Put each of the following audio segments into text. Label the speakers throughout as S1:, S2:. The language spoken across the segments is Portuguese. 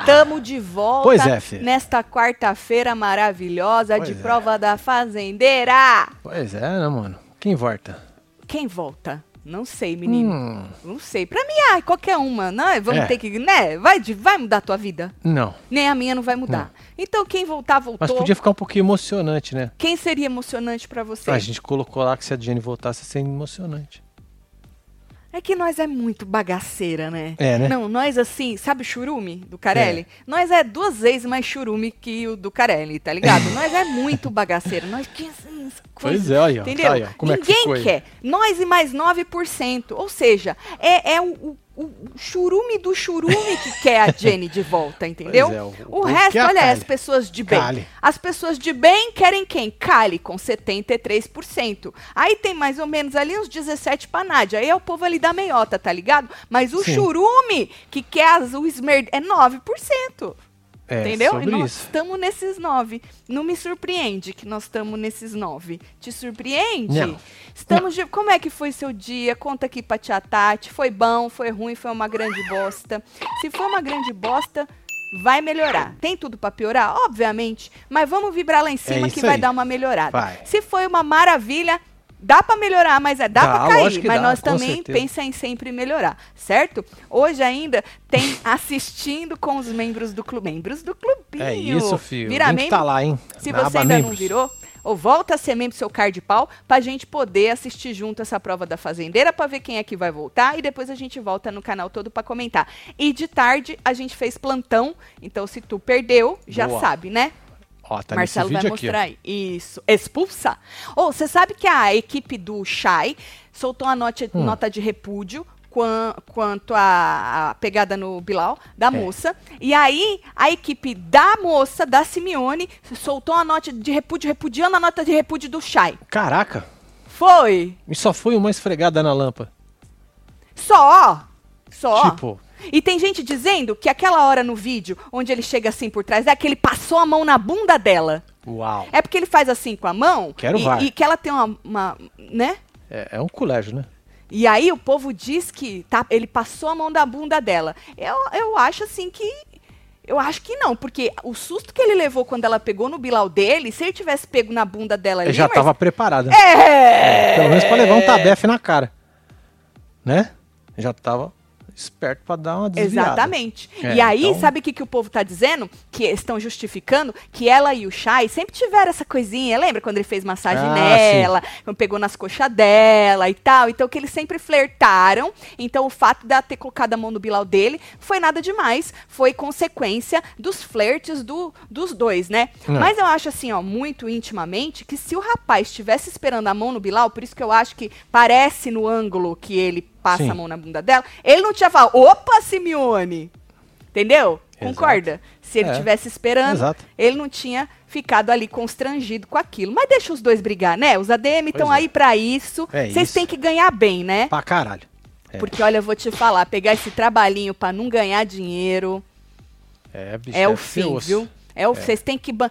S1: Estamos de volta
S2: Pois é, filho.
S1: nesta quarta-feira maravilhosa de
S2: Pois é.
S1: prova da fazendeira.
S2: Pois é, né, mano? Quem volta?
S1: Quem volta? Não sei, menino.
S2: Hum,
S1: Não sei. Pra mim, ai, qualquer uma, né? Vamos
S2: É.
S1: ter que, né? Vai, de- vai mudar a tua vida.
S2: Não.
S1: Nem a minha não vai mudar. Então, quem voltar, voltou.
S2: Hum. Mas podia ficar um pouquinho emocionante, né?
S1: Quem seria emocionante pra você?
S2: A gente colocou lá que se a Jenny voltasse, ia ser emocionante.
S1: É que nós é muito bagaceira, né?
S2: É, né?
S1: Não, nós assim, sabe churume do Carelli? Nós é duas vezes mais churume que o do Carelli, tá ligado? nós é muito bagaceiro. Nós que assim, essa coisa,
S2: Pois é, olha, tá
S1: Entendeu?
S2: aí, ó, como é que
S1: Ninguém
S2: ficou aí?
S1: quer. Nós e mais 9%. Ou seja, é, é o, o- o churume do churume que quer a Jenny de volta, entendeu?
S2: Pois é, o-
S1: o,
S2: o que
S1: resto,
S2: é a
S1: olha,
S2: Kylie?
S1: as pessoas de bem.
S2: Kylie.
S1: As pessoas de bem querem quem? Cali, com 73%. Aí tem mais ou menos ali uns 17 pra Nádia. Aí é o povo ali da meiota, tá ligado? Mas o
S2: Sim.
S1: churume, que quer as, o esmer... é 9%.
S2: É,
S1: entendeu?
S2: sobre
S1: e nós
S2: isso.
S1: estamos nesses 9. Não me surpreende que nós estamos nesses 9. Te surpreende?
S2: Não.
S1: Estamos de... Como é que foi seu dia? Conta aqui pra tia Tati. Foi bom, foi ruim, foi uma grande bosta. Se for uma grande bosta, vai melhorar. Tem tudo pra piorar? Obviamente. Mas vamos vibrar lá em cima que
S2: É isso
S1: vai
S2: aí.
S1: dar uma melhorada.
S2: Vai.
S1: Se foi uma maravilha, dá pra melhorar, mas é, dá,
S2: Dá,
S1: pra cair.
S2: lógico que
S1: Mas
S2: dá,
S1: nós
S2: com
S1: também
S2: certeza.
S1: pensa em sempre melhorar, certo? Hoje ainda tem assistindo com os membros do clube. Membros do clubinho.
S2: É isso, filho.
S1: Vira
S2: Vira
S1: membro.
S2: tá lá, hein?
S1: Se
S2: Na
S1: você
S2: aba
S1: ainda não
S2: membros.
S1: virou, ou volta a ser membro do seu card de pau pra gente poder assistir junto essa prova da fazendeira pra ver quem é que vai voltar e depois a gente volta no canal todo pra comentar. E de tarde a gente fez plantão, então se tu perdeu, já
S2: Boa.
S1: sabe, né?
S2: Ó, tá
S1: Marcelo
S2: nesse
S1: vai
S2: vídeo aqui.
S1: mostrar aí. Isso. Expulsar. Ou você sabe que a equipe do Chai soltou uma nota,
S2: Hum.
S1: nota de repúdio quan- quanto à à pegada no Bilal
S2: É.
S1: da moça. E aí a equipe da moça, da Simeone, soltou uma nota de repúdio, repudiando a nota de repúdio do Chai.
S2: ó. Caraca,
S1: Foi.
S2: e só foi uma esfregada na lâmpada.
S1: Só. Só.
S2: Tipo,
S1: E tem gente dizendo que aquela hora no vídeo, onde ele chega assim por trás, é que ele passou a mão na bunda dela.
S2: uau.
S1: É porque ele faz assim com a mão.
S2: Quero
S1: e,
S2: VAR.
S1: e que ela tem uma, uma- né?
S2: É, é um colégio, né?
S1: E aí o povo diz que tá, ele passou a mão da bunda dela. Eu, eu acho assim que. Eu acho que não, porque o susto que ele levou quando ela pegou no bilau dele, se ele tivesse pego na bunda dela ali,
S2: Eu já
S1: Marcelo-
S2: tava preparado. né?
S1: É!
S2: Pelo menos pra levar um tabefe na cara. Né? Já tava esperto pra dar uma desviada.
S1: Exatamente.
S2: É,
S1: e aí,
S2: então-
S1: sabe o que, que o povo tá dizendo? Que estão justificando que ela e o Shai sempre tiveram essa coisinha. Lembra quando ele fez massagem
S2: Ah,
S1: nela, quando pegou nas coxas dela e tal? Então, que eles sempre flertaram. Então, o fato dela ter colocado a mão no bilau dele foi nada demais. Foi consequência dos flertes do, dos dois, né?
S2: É.
S1: Mas eu acho assim, ó, muito intimamente, que se o rapaz estivesse esperando a mão no bilau, por isso que eu acho que parece no ângulo que ele passa
S2: Sim.
S1: a mão na bunda dela, ele não tinha falado, opa, Simeone! Entendeu?
S2: Exato.
S1: Concorda? Se ele
S2: É.
S1: estivesse esperando,
S2: Exato.
S1: ele não tinha ficado ali constrangido com aquilo. Mas deixa os dois brigar, né? Os ADM estão
S2: é.
S1: aí pra isso.
S2: É
S1: Vocês
S2: isso.
S1: têm que ganhar bem, né?
S2: Pra caralho. É.
S1: Porque olha, eu vou te falar, pegar esse trabalhinho pra não ganhar dinheiro
S2: É, bicho,
S1: é o
S2: deve ser
S1: fim,
S2: osso.
S1: viu? É o vocês têm que ban-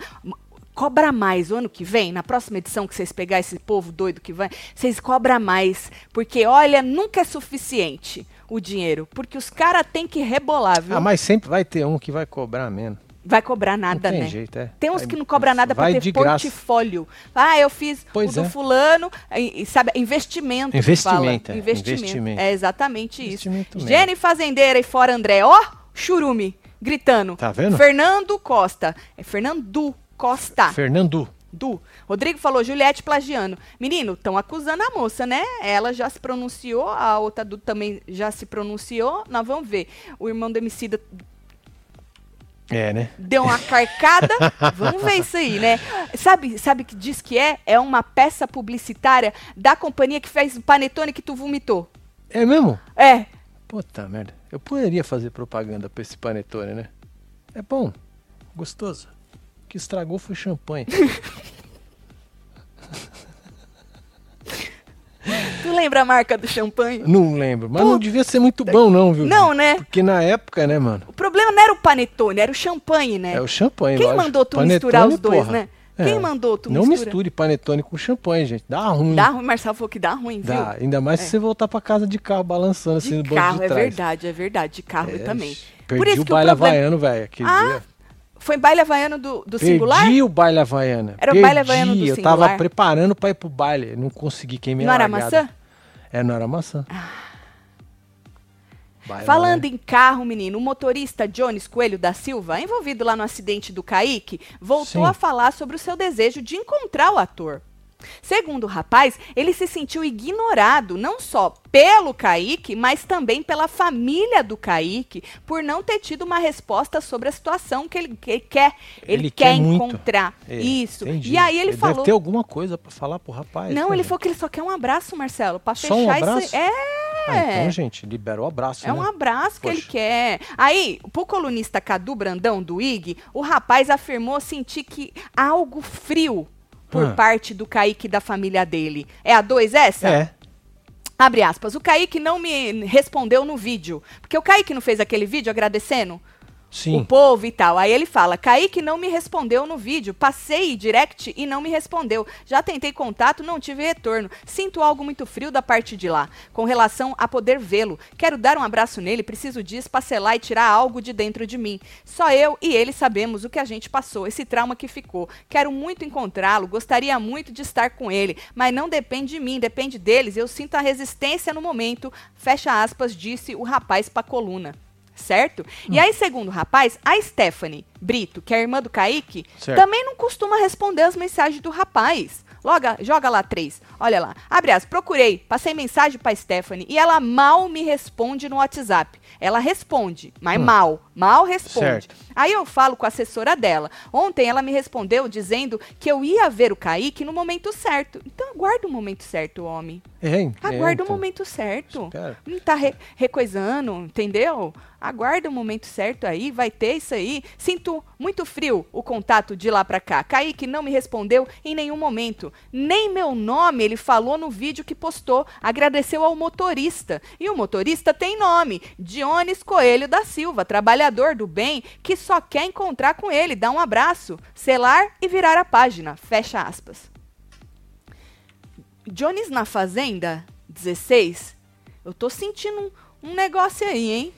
S1: cobra mais o ano que vem, na próxima edição que vocês pegar esse povo doido que vai, vocês cobra mais, porque olha, nunca é suficiente o dinheiro, porque os caras têm que rebolar, viu?
S2: Ah, mas sempre vai ter um que vai cobrar menos.
S1: Vai cobrar
S2: não
S1: nada,
S2: tem
S1: né?
S2: jeito, é.
S1: Tem uns
S2: É,
S1: que não cobra nada pra
S2: vai
S1: ter
S2: de graça.
S1: portfólio. Ah, eu fiz
S2: Pois
S1: o do
S2: é.
S1: fulano, e- e sabe, é investimento. que fala.
S2: Investimento, é.
S1: investimento.
S2: Investimento.
S1: É exatamente isso.
S2: Investimento mesmo.
S1: Jenny Fazendeira e fora André, ó, churume, gritando.
S2: Tá vendo?
S1: Fernando Costa. É Fernando Costa.
S2: Fernando.
S1: Du. Rodrigo falou, Juliette plagiando. Menino, estão acusando a moça, né? Ela já se pronunciou, a outra Du também já se pronunciou. Nós vamos ver. O irmão do Emicida
S2: É, né?
S1: deu uma carcada. Vamos ver isso aí, né? Sabe, sabe que diz que é? É uma peça publicitária da companhia que fez o panetone que tu vomitou.
S2: É mesmo?
S1: É.
S2: Puta merda. Eu poderia fazer propaganda pra esse panetone, né? É bom. Gostoso. O que estragou foi champanhe.
S1: Tu lembra a marca do champanhe?
S2: não lembro. Mas não
S1: Puta.
S2: devia ser muito bom, não, viu?
S1: Não, né?
S2: Porque na época, né, mano?
S1: O problema não era o panetone, era o champanhe, né?
S2: É o champanhe,
S1: Quem
S2: lógico.
S1: mandou tu
S2: Panetone,
S1: misturar os dois,
S2: porra. É.
S1: né? Quem mandou tu
S2: Não
S1: mistura?
S2: misture panetone com champanhe, gente. Dá ruim.
S1: Dá ruim, Marcelo falou que dá ruim, viu?
S2: Dá. Ainda mais
S1: É.
S2: se você voltar pra casa de carro balançando assim no
S1: De
S2: banco
S1: carro,
S2: de
S1: é
S2: trás.
S1: verdade, é verdade. De carro eu
S2: É,
S1: também.
S2: Perdi
S1: Por isso
S2: o
S1: que o
S2: baile
S1: problema-
S2: havaiano, velho, aquele
S1: Ah,
S2: dia.
S1: Foi baile havaiano do, do
S2: Perdi
S1: singular?
S2: o baile havaiana.
S1: Era o baile
S2: Perdi.
S1: havaiano do
S2: Eu tava
S1: singular?
S2: preparando pra ir pro baile. Não consegui queimar
S1: Não era maçã? Ah.
S2: É, não era maçã. Baile
S1: Falando
S2: havaiano.
S1: em carro, menino, o motorista Jones Coelho da Silva, envolvido lá no acidente do Kaique, voltou
S2: Sim.
S1: a falar sobre o seu desejo de encontrar o ator. Segundo o rapaz, ele se sentiu ignorado não só pelo Kaique, mas também pela família do Kaique, por não ter tido uma resposta sobre a situação que ele, que ele quer. Ele,
S2: Ele
S1: quer,
S2: quer muito.
S1: encontrar.
S2: É,
S1: Isso.
S2: entendi.
S1: E aí ele, falou.
S2: Deve ter um alguma coisa pra falar pro rapaz.
S1: Não,
S2: né,
S1: ele
S2: gente?
S1: falou que ele só quer um abraço, Marcelo, pra
S2: Só um
S1: fechar
S2: abraço?
S1: esse. É,
S2: Ah, então, gente, libera o abraço.
S1: é
S2: né?
S1: um abraço que ele
S2: Poxa.
S1: quer. Aí, pro colunista Cadu Brandão, do IG, o rapaz afirmou sentir que algo frio por
S2: Ah.
S1: parte do Kaique e da família dele. É a 2 essa?
S2: É.
S1: Abre aspas. O Kaique não me respondeu no vídeo. Porque o Kaique não fez aquele vídeo agradecendo? o
S2: Sim.
S1: povo e tal. Aí ele fala: Kaique não me respondeu no vídeo. Passei direct e não me respondeu. Já tentei contato, não tive retorno. Sinto algo muito frio da parte de lá. Com relação a poder vê-lo. Quero dar um abraço nele, preciso disso, parcelar e tirar algo de dentro de mim. Só eu e ele sabemos o que a gente passou, esse trauma que ficou. Quero muito encontrá-lo, gostaria muito de estar com ele, mas não depende de mim, depende deles. Eu sinto a resistência no momento. Fecha aspas, disse o rapaz pra coluna certo? E
S2: Hum.
S1: aí, segundo o rapaz, a Stephanie Brito, que é a irmã do Kaique,
S2: Certo.
S1: também não costuma responder as mensagens do rapaz. Loga, joga lá três. Olha lá. Abre aspas. Procurei, passei mensagem pra Stephanie e ela mal me responde no WhatsApp. Ela responde, mas mal. Mal responde.
S2: Hum. Certo.
S1: Aí eu falo com a assessora dela. Ontem ela me respondeu dizendo que eu ia ver o Kaique no momento certo. Então aguarda o momento certo, homem.
S2: É, hein? É,
S1: Aguarda o
S2: então.
S1: momento certo.
S2: Espera.
S1: Não tá re- recoisando, entendeu? Aguarda o momento certo aí, vai ter isso aí. Sinto muito frio o contato de lá pra cá. Kaique não me respondeu em nenhum momento. Nem meu nome ele falou no vídeo que postou. Agradeceu ao motorista. E o motorista tem nome: Dionis Coelho da Silva, trabalhador do bem, que só quer encontrar com ele, dar um abraço, selar e virar a página. Fecha aspas. Jones na Fazenda 16, eu tô sentindo um, um negócio aí, hein?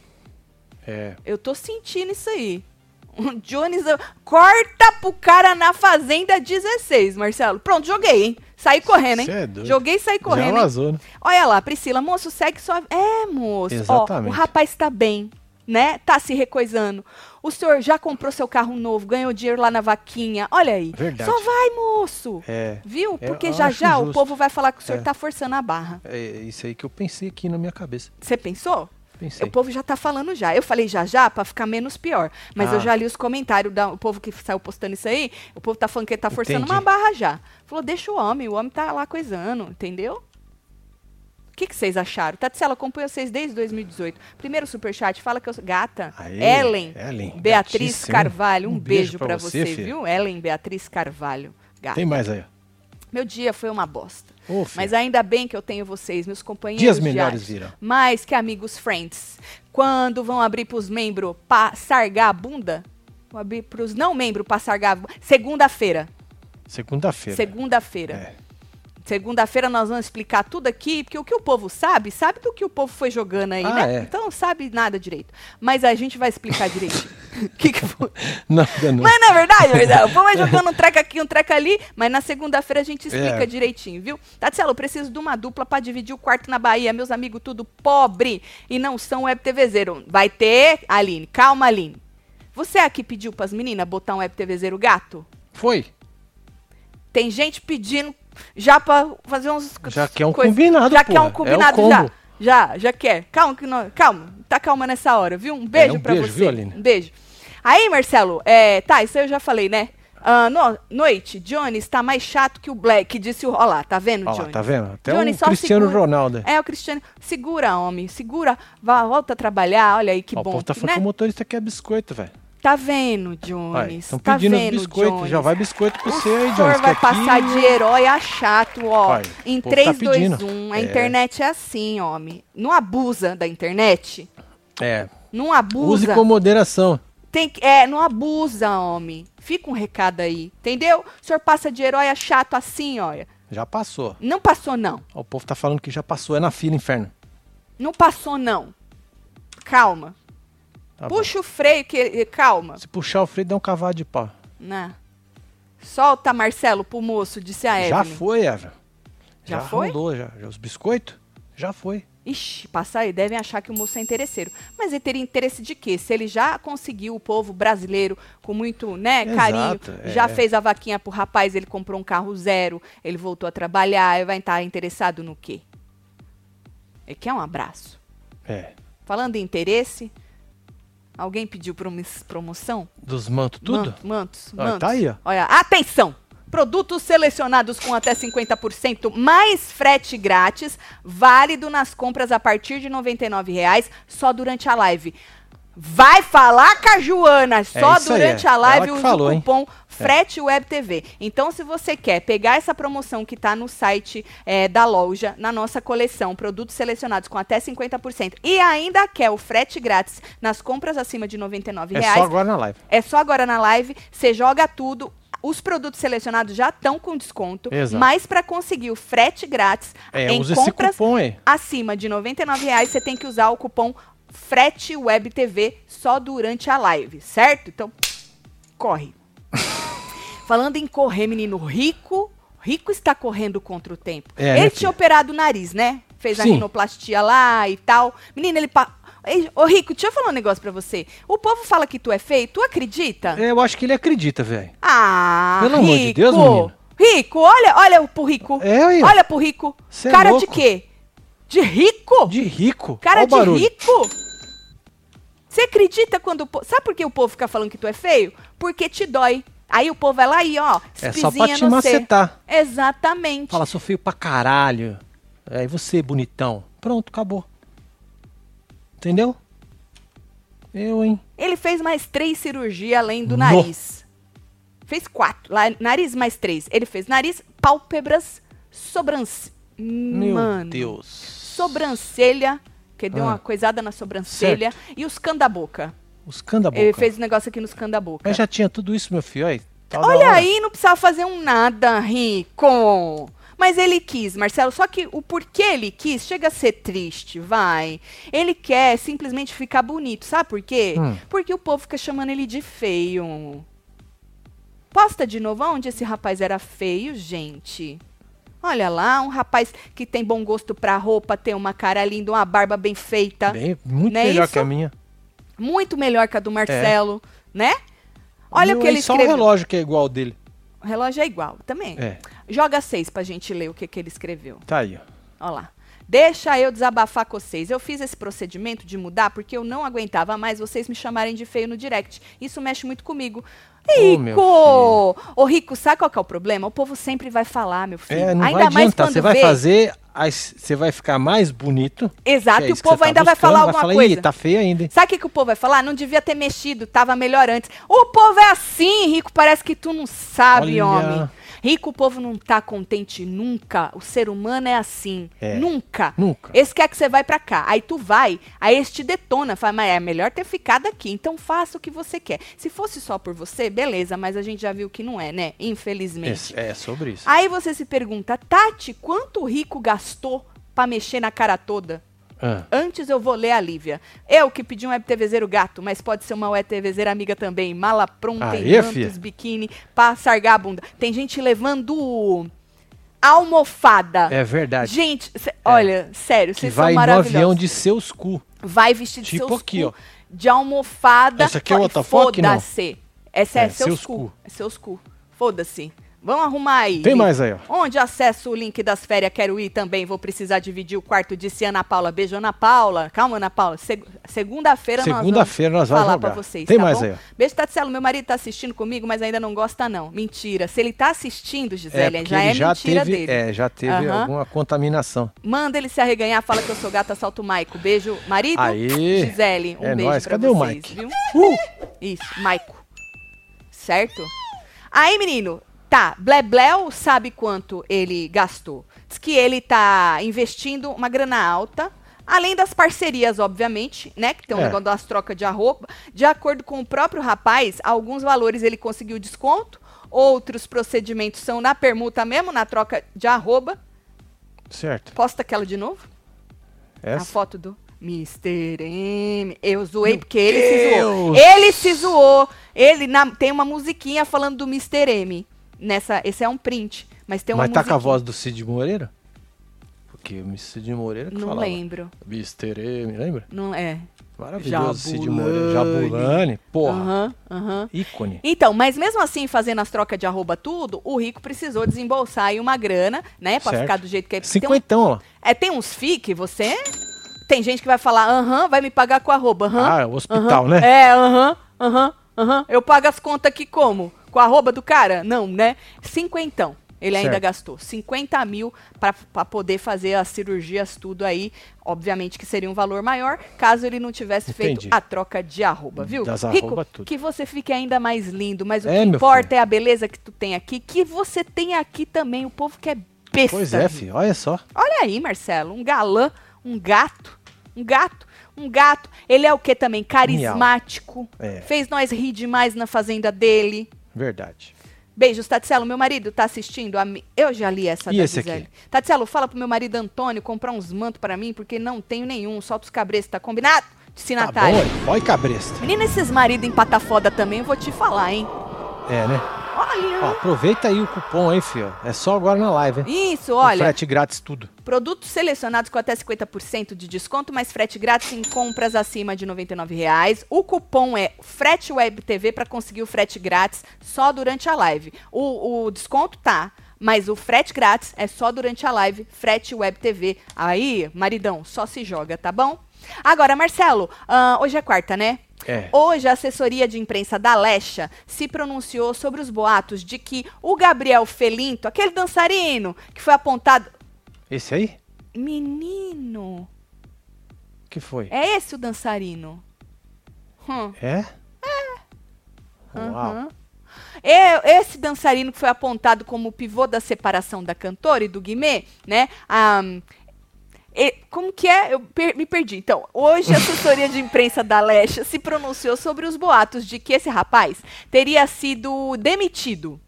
S2: É.
S1: Eu tô sentindo isso aí. O Jones eu- corta pro cara na Fazenda 16, Marcelo. Pronto, joguei, hein? Saí correndo, hein?
S2: Cê é doido.
S1: né? joguei e saí correndo.
S2: Já
S1: hein?
S2: vazou, né?
S1: Olha lá, Priscila, moço, segue sua. É, moço. Ó, o
S2: Exatamente.
S1: rapaz tá bem, né? Tá se recoisando. O senhor já comprou seu carro novo, ganhou dinheiro lá na vaquinha. Olha aí.
S2: Verdade.
S1: Só vai, moço.
S2: É.
S1: Viu?
S2: É,
S1: Porque
S2: eu
S1: já
S2: acho
S1: já o
S2: justo.
S1: povo vai falar que o senhor
S2: É.
S1: tá forçando a barra.
S2: É isso aí que eu pensei aqui na minha cabeça.
S1: Você pensou?
S2: Pensei.
S1: O povo já tá falando já. Eu falei já já pra ficar menos pior. Mas
S2: Ah.
S1: eu já li os comentários do povo que saiu postando isso aí. O povo tá falando que ele tá forçando
S2: Entendi.
S1: uma barra já. Falou, deixa o homem, o homem tá lá coisando, entendeu? O que, que vocês acharam? Tatiana, acompanho vocês desde 2018. Primeiro superchat, fala que eu sou gata.
S2: Aê,
S1: Ellen,
S2: Ellen,
S1: Beatriz
S2: gatíssima.
S1: Carvalho, um, beijo, pra você,
S2: filha.
S1: viu? Ellen, Beatriz Carvalho, gata.
S2: Tem mais aí. ó.
S1: Meu dia foi uma bosta.
S2: Ô, filha,
S1: Mas ainda bem que eu tenho vocês, meus companheiros.
S2: Dias
S1: de
S2: melhores
S1: arte.
S2: virão.
S1: Mais que amigos friends. Quando vão abrir pros membros pra sargar a bunda? Vão abrir pros não membros pra sargar a bunda. Segunda-feira.
S2: Segunda-feira.
S1: Segunda-feira.
S2: É.
S1: Segunda-feira nós vamos explicar tudo aqui, porque o que o povo sabe, sabe do que o povo foi jogando aí,
S2: Ah,
S1: né?
S2: é.
S1: Então não sabe nada direito. Mas a gente vai explicar direitinho. que que foi?
S2: Nada, não.
S1: Mas não é verdade, Marcelo? O povo vai jogando um treco aqui, um treco ali, mas na segunda-feira a gente explica
S2: É.
S1: direitinho, viu? Tatielo, eu preciso de uma dupla pra dividir o quarto na Bahia. Meus amigos tudo pobre e não são web TVzeiro. Vai ter, Aline. Calma, Aline. Você é a que pediu pras meninas botar um web TVzeiro gato?
S2: Foi.
S1: Tem gente pedindo já pra fazer uns...
S2: Já quer um
S1: coisa-
S2: combinado,
S1: Já
S2: porra.
S1: quer
S2: É
S1: um
S2: o
S1: combinado,
S2: combo.
S1: já. Já, já quer. Calma, que nós, calma. Tá calma nessa hora, viu? Um beijo
S2: um
S1: pra
S2: beijo,
S1: você.
S2: viu, Aline?
S1: Um beijo. Aí, Marcelo, é, tá, isso aí eu já falei, né? Ah, no- noite, Johnny está mais chato que o Black, disse o... Ó lá, tá vendo,
S2: Olha
S1: Johnny?
S2: lá, tá vendo? Até
S1: Johnny,
S2: o
S1: só
S2: Cristiano
S1: segura.
S2: Ronaldo.
S1: É, o Cristiano. Segura, homem, segura. Vá, volta a trabalhar, olha aí que
S2: Ó, o
S1: bom.
S2: povo tá
S1: que-
S2: falando
S1: né?
S2: que o motorista quer biscoito, velho.
S1: Tá vendo, Jones?
S2: Estão
S1: tá
S2: pedindo
S1: vendo,
S2: biscoito. Já
S1: Jones?
S2: vai biscoito pra
S1: O
S2: você aí, Jones.
S1: senhor
S2: que
S1: vai
S2: aqui-
S1: passar de herói a chato, ó.
S2: Olha,
S1: em
S2: o povo tá
S1: 3, 2,
S2: pedindo.
S1: 1. A
S2: É.
S1: internet é assim, homem. Não abusa da internet.
S2: É.
S1: Não abusa.
S2: Use com moderação.
S1: Tem que, é, não abusa, homem. Fica um recado aí, entendeu? O senhor passa de herói a chato assim, olha.
S2: Já passou.
S1: Não passou, não.
S2: Ó, O povo tá falando que já passou, é na fila, inferno.
S1: Não passou, não. Calma.
S2: Tá bom.
S1: Puxa o freio, que calma.
S2: Se puxar o freio, dá um cavalo de pau.
S1: Né? Solta, Marcelo, pro moço, disse a
S2: já
S1: É, Evelyn.
S2: foi, Evelyn.
S1: Já foi?
S2: Rolou, já, já. Os biscoitos? Já foi.
S1: Ixi, passa aí, devem achar que o moço é interesseiro. Mas ele teria interesse de quê? Se ele já conseguiu o povo brasileiro com muito, né,
S2: Exato,
S1: carinho,
S2: é.
S1: já fez a vaquinha pro rapaz, ele comprou um carro zero, ele voltou a trabalhar, ele vai estar interessado no quê? Ele quer um abraço.
S2: É.
S1: Falando em interesse, alguém pediu promis- promoção?
S2: Dos mantos, tudo?
S1: Man- Mantos,
S2: Ó,
S1: mantos.
S2: tá aí, ó.
S1: Olha, atenção! Produtos selecionados com até 50% mais frete grátis, válido nas compras a partir de R$ 99,00, só durante a live. Vai falar com a Joana, só
S2: isso aí,
S1: durante
S2: é.
S1: a live
S2: Ela que
S1: usa
S2: falou,
S1: o
S2: hein? É.
S1: cupom Frete Web TV. Então, se você quer pegar essa promoção que está no site eh, da loja, na nossa coleção, produtos selecionados com até 50%, e ainda quer o frete grátis nas compras acima de R$ 99,00,
S2: É só agora na live.
S1: é só agora na live, você joga tudo. Os produtos selecionados já estão com desconto,
S2: Exato.
S1: mas para conseguir o frete grátis
S2: É,
S1: em
S2: usa
S1: compras
S2: esse cupom aí.
S1: acima de R$ 99,00, você tem que usar o cupom frete web TV só durante a live, certo? Então, corre. Falando em correr, menino rico, rico está correndo contra o tempo.
S2: É, né,
S1: ele
S2: filha?
S1: tinha operado o nariz, né? Fez a
S2: Sim.
S1: rinoplastia lá e tal. Menino, ele pa... Ei, Ô, Rico, deixa eu falar um negócio pra você. O povo fala que tu é feio, tu acredita?
S2: É, Eu acho que ele acredita, velho.
S1: Ah,
S2: Pelo
S1: rico.
S2: amor de Deus, menino.
S1: Rico, olha, olha pro rico.
S2: É, aí. ó.
S1: Olha pro rico.
S2: Cê é
S1: Cara de
S2: louco.
S1: quê? De rico?
S2: De rico.
S1: Cara
S2: Olha o
S1: de
S2: barulho.
S1: rico? Você acredita quando o povo. Sabe por que o povo fica falando que tu é feio? Porque te dói. Aí o povo vai lá e, ó,
S2: É só pra
S1: espizinha
S2: te
S1: no ser.
S2: macetar.
S1: Exatamente.
S2: Fala, sou feio pra caralho. Aí você, bonitão. Pronto, acabou. Entendeu? Eu, hein?
S1: Ele fez mais três cirurgias além do
S2: No.
S1: nariz. Fez quatro. Lá- nariz mais três. Ele fez nariz, pálpebras, sobrancelha.
S2: Meu
S1: Mano.
S2: Deus.
S1: Sobrancelha. Que deu
S2: Ah.
S1: uma coisada na sobrancelha. E os canda-boca.
S2: Os canda boca.
S1: Ele fez um negócio aqui nos canda-boca.
S2: Eu já tinha tudo isso, meu filho. Olha, aí, tá da
S1: Olha
S2: hora.
S1: aí, não precisava fazer um nada, Rico. Mas ele quis, Marcelo. Só que o porquê ele quis chega a ser triste, vai. Ele quer simplesmente ficar bonito, sabe por quê?
S2: Hum.
S1: Porque o povo fica chamando ele de feio. Posta de novo onde esse rapaz era feio, gente. Olha lá, um rapaz que tem bom gosto pra roupa, tem uma cara linda, uma barba bem feita.
S2: Bem, muito
S1: Não é
S2: melhor
S1: isso?
S2: que a minha.
S1: Muito melhor que a do Marcelo, né? Olha
S2: Meu,
S1: o que ele
S2: é só um
S1: escreveu.
S2: relógio que é igual ao dele.
S1: O relógio é igual também.
S2: É,
S1: Joga seis pra gente ler o que, que ele escreveu.
S2: tá aí. ó.
S1: Ó lá. Deixa eu desabafar com vocês. Eu fiz esse procedimento de mudar porque eu não aguentava mais vocês me chamarem de feio no direct. Isso mexe muito comigo.
S2: Ô, meu
S1: Rico! Ô, Rico, sabe qual que é o problema? O povo sempre vai falar, meu filho.
S2: É, não
S1: Ainda
S2: vai
S1: mais
S2: adiantar.
S1: quando
S2: Você vai
S1: vê.
S2: fazer, aí você vai ficar mais bonito.
S1: Exato,
S2: que é
S1: e Ah, o
S2: isso que você
S1: povo
S2: tá
S1: ainda vai
S2: buscando,
S1: falar alguma
S2: falar,
S1: coisa.
S2: Ih, tá feio ainda, hein?
S1: Sabe o que, que o povo vai falar? Não devia ter mexido, tava melhor antes. O povo é assim, Rico, parece que tu não sabe,
S2: Olha.
S1: homem. Rico, o povo não tá contente nunca. O ser humano é assim.
S2: É.
S1: Nunca.
S2: Nunca.
S1: Esse quer que você vai pra cá. Aí tu vai, aí esse te detona. Fala, mas é melhor ter ficado aqui. Então faça o que você quer. Se fosse só por você, beleza, mas a gente já viu que não é, né? Infelizmente.
S2: É, é sobre isso.
S1: Aí você se pergunta, Tati, quanto o Rico gastou pra mexer na cara toda?
S2: Ah,
S1: Antes eu vou ler a Lívia. Eu que pedi um webtvezeiro gato, mas pode ser uma webtvezeira amiga também. Mala pronta,
S2: Aê,
S1: em mantos,
S2: fia.
S1: biquíni, pra sargar a bunda. Tem gente levando almofada.
S2: é verdade. É.
S1: Gente, cê- olha, sério,
S2: que
S1: vocês são
S2: vai no avião
S1: maravilhosos.
S2: de seus cu.
S1: Vai vestido
S2: Tipo
S1: seus
S2: aqui,
S1: cu
S2: ó.
S1: de almofada.
S2: Essa aqui é
S1: Fo-
S2: outra foto, não?
S1: Foda-se. Essa é,
S2: É,
S1: seus,
S2: seus
S1: cu.
S2: cu.
S1: É seus cu. Foda-se. Vamos arrumar aí.
S2: Tem mais aí, ó.
S1: Onde acesso o link das férias? Quero ir também. Vou precisar dividir o quarto, disse Ana Paula. Beijo, Ana Paula. Calma, Ana Paula. Seg- Segunda-feira nós vamos
S2: Segunda-feira nós vamos
S1: falar
S2: jogar.
S1: pra vocês.
S2: Tem
S1: tá
S2: mais
S1: bom?
S2: aí, ó.
S1: Beijo, Tatselo. Meu marido tá assistindo comigo, mas ainda não gosta, não. Mentira. Se ele tá assistindo, Gisele,
S2: porque
S1: já é
S2: ele já
S1: mentira
S2: teve,
S1: dele.
S2: É, já teve
S1: Aham.
S2: alguma contaminação.
S1: Manda ele se arreganhar, fala que eu sou gata, salto o Maico. Beijo, marido.
S2: Aê.
S1: Gisele, um
S2: É
S1: beijo
S2: nóis.
S1: pra
S2: Cadê o
S1: vocês,
S2: Mike?
S1: viu?
S2: Uh!
S1: Isso, Maico. Certo? Aí, menino, tá, Blebleu sabe quanto ele gastou. Diz que ele tá investindo uma grana alta Além das parcerias, obviamente, né? Que tem um
S2: É.
S1: negócio das trocas de arroba. De acordo com o próprio rapaz, alguns valores ele conseguiu desconto, outros procedimentos são na permuta mesmo, na troca de arroba.
S2: Certo.
S1: Posta aquela de novo? A
S2: Essa?
S1: foto do Mr. M. Eu zoei porque ele se zoou.
S2: Deus!
S1: Ele se zoou. Ele na- tem uma musiquinha falando do Mr. M. Nessa, esse é um print, mas tem uma
S2: Mas tá com a
S1: musiquinha.
S2: voz do Cid Moreira? Porque o Cid Moreira que
S1: Não
S2: falava.
S1: lembro.
S2: Mr. M, lembra?
S1: Não é.
S2: Maravilhoso Cid
S1: Jabulani.
S2: Moreira. Jabulani, porra.
S1: Aham, aham.
S2: Ícone.
S1: Então, mas mesmo assim, fazendo as trocas de arroba tudo, o rico precisou desembolsar aí uma grana, né? Pra
S2: Certo.
S1: ficar do jeito que é. Porque Tem, um-
S2: Cinquentão, ó.
S1: é, tem uns FIC, você... Tem gente que vai falar, aham, vai me pagar com arroba, aham.
S2: Ah, o hospital,
S1: Aham.
S2: né?
S1: É, aham, aham, aham. Eu pago as contas aqui como? Com a arroba do cara? Não, né? Cinquentão. Ele ainda
S2: Certo.
S1: gastou 50 mil para poder fazer as cirurgias, tudo aí. Obviamente que seria um valor maior, caso ele não tivesse
S2: Entendi.
S1: feito a troca de arroba, viu?
S2: Das
S1: Rico,
S2: arroba, tudo.
S1: que você fique ainda mais lindo, mas o
S2: É,
S1: que
S2: meu
S1: importa
S2: filho.
S1: é a beleza que tu tem aqui, que você tem aqui também, o povo que é besta.
S2: Pois é,
S1: viu?
S2: filho. Olha só.
S1: Olha aí, Marcelo, um galã, um gato, um gato, um gato. Ele é o que também? Carismático.
S2: É.
S1: Fez nós rir demais na fazenda dele.
S2: Verdade.
S1: Beijos, Tatselo. Meu marido tá assistindo. a mi- Eu já li essa
S2: E
S1: da
S2: esse aqui?
S1: Gisele. Tatselo, fala pro meu marido Antônio comprar uns mantos pra mim, porque não tenho nenhum. Solta os cabreços, tá combinado? Disse
S2: Tá
S1: Natália.
S2: bom, olha. Olha cabresta.
S1: Menina, esses maridos em patafoda também, eu vou te falar, hein?
S2: É, né? Ó,
S1: Olha!
S2: aproveita aí o cupom, hein, filho. É só agora na live, hein?
S1: Isso,
S2: Com
S1: olha.
S2: Frete grátis, tudo.
S1: Produtos selecionados com até 50% de desconto, mais frete grátis em compras acima de R$ 99 reais. O cupom é Frete Web TV para conseguir o frete grátis só durante a live. O, o desconto tá, mas o frete grátis é só durante a live Frete Web TV. Aí, maridão, só se joga, tá bom? Agora, Marcelo, ah, hoje é quarta, né?
S2: É.
S1: Hoje, a assessoria de imprensa da Lecha se pronunciou sobre os boatos de que o Gabriel Felinto, aquele dançarino que foi apontado
S2: Esse aí?
S1: Menino,
S2: que foi?
S1: é esse o dançarino? Hum,
S2: É? Uau.
S1: aham. É esse dançarino que foi apontado como o pivô da separação da cantora e do Guimê, né? Ah, e- como que é? Eu per- me perdi. Então, hoje a assessoria de imprensa da Lecha se pronunciou sobre os boatos de que esse rapaz teria sido demitido.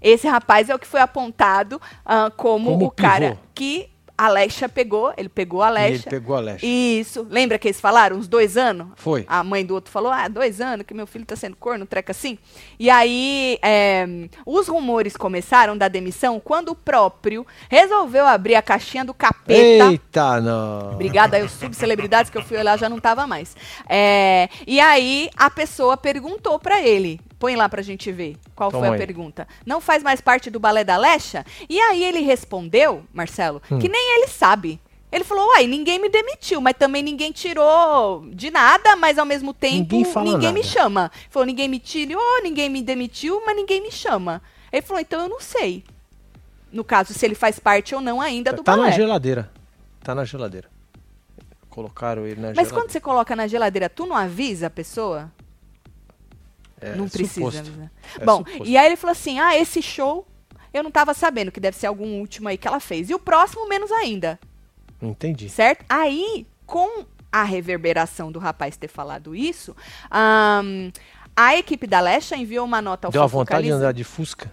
S1: Esse rapaz é o que foi apontado ah, como,
S2: Como
S1: o cara
S2: pivô.
S1: que a Lecha pegou. Ele pegou a
S2: E ele
S1: Lecha.
S2: pegou a Lecha.
S1: Isso. Lembra que eles falaram? Uns dois anos?
S2: Foi.
S1: A mãe do outro falou: Ah, dois anos que meu filho tá sendo corno, treca assim. E aí, é, os rumores começaram da demissão quando o próprio resolveu abrir a caixinha do capeta.
S2: Eita, não.
S1: Obrigada aí, os subcelebridades que eu fui olhar já não tava mais. É, e aí a pessoa perguntou pra ele. Põe lá pra gente ver qual
S2: Toma
S1: foi a
S2: aí.
S1: pergunta. Não faz mais parte do balé da Lecha? E aí ele respondeu, Marcelo,
S2: Hum.
S1: que nem ele sabe. Ele falou, uai, ninguém me demitiu, mas também ninguém tirou de nada, mas ao mesmo tempo
S2: Ninguém fala
S1: me
S2: nada.
S1: chama. Ele falou, ninguém me tirou, ninguém me demitiu, mas ninguém me chama. Ele falou, então eu não sei. No caso, se ele faz parte ou não ainda do
S2: Tá
S1: balé.
S2: na geladeira. Tá na geladeira. Colocaram ele na
S1: Mas
S2: geladeira.
S1: quando você coloca na geladeira, tu não avisa a pessoa?
S2: É,
S1: não precisa
S2: suposto.
S1: avisar.
S2: É
S1: Bom,
S2: suposto.
S1: e aí ele falou assim: ah, esse show eu não tava sabendo, que deve ser algum último aí que ela fez. E o próximo, menos ainda, né?
S2: Entendi.
S1: certo? Aí, com a reverberação do rapaz ter falado isso, ahn, a equipe da Lesha enviou uma nota ao
S2: Deu a
S1: Fofo
S2: vontade de
S1: Caliza.
S2: andar de Fusca.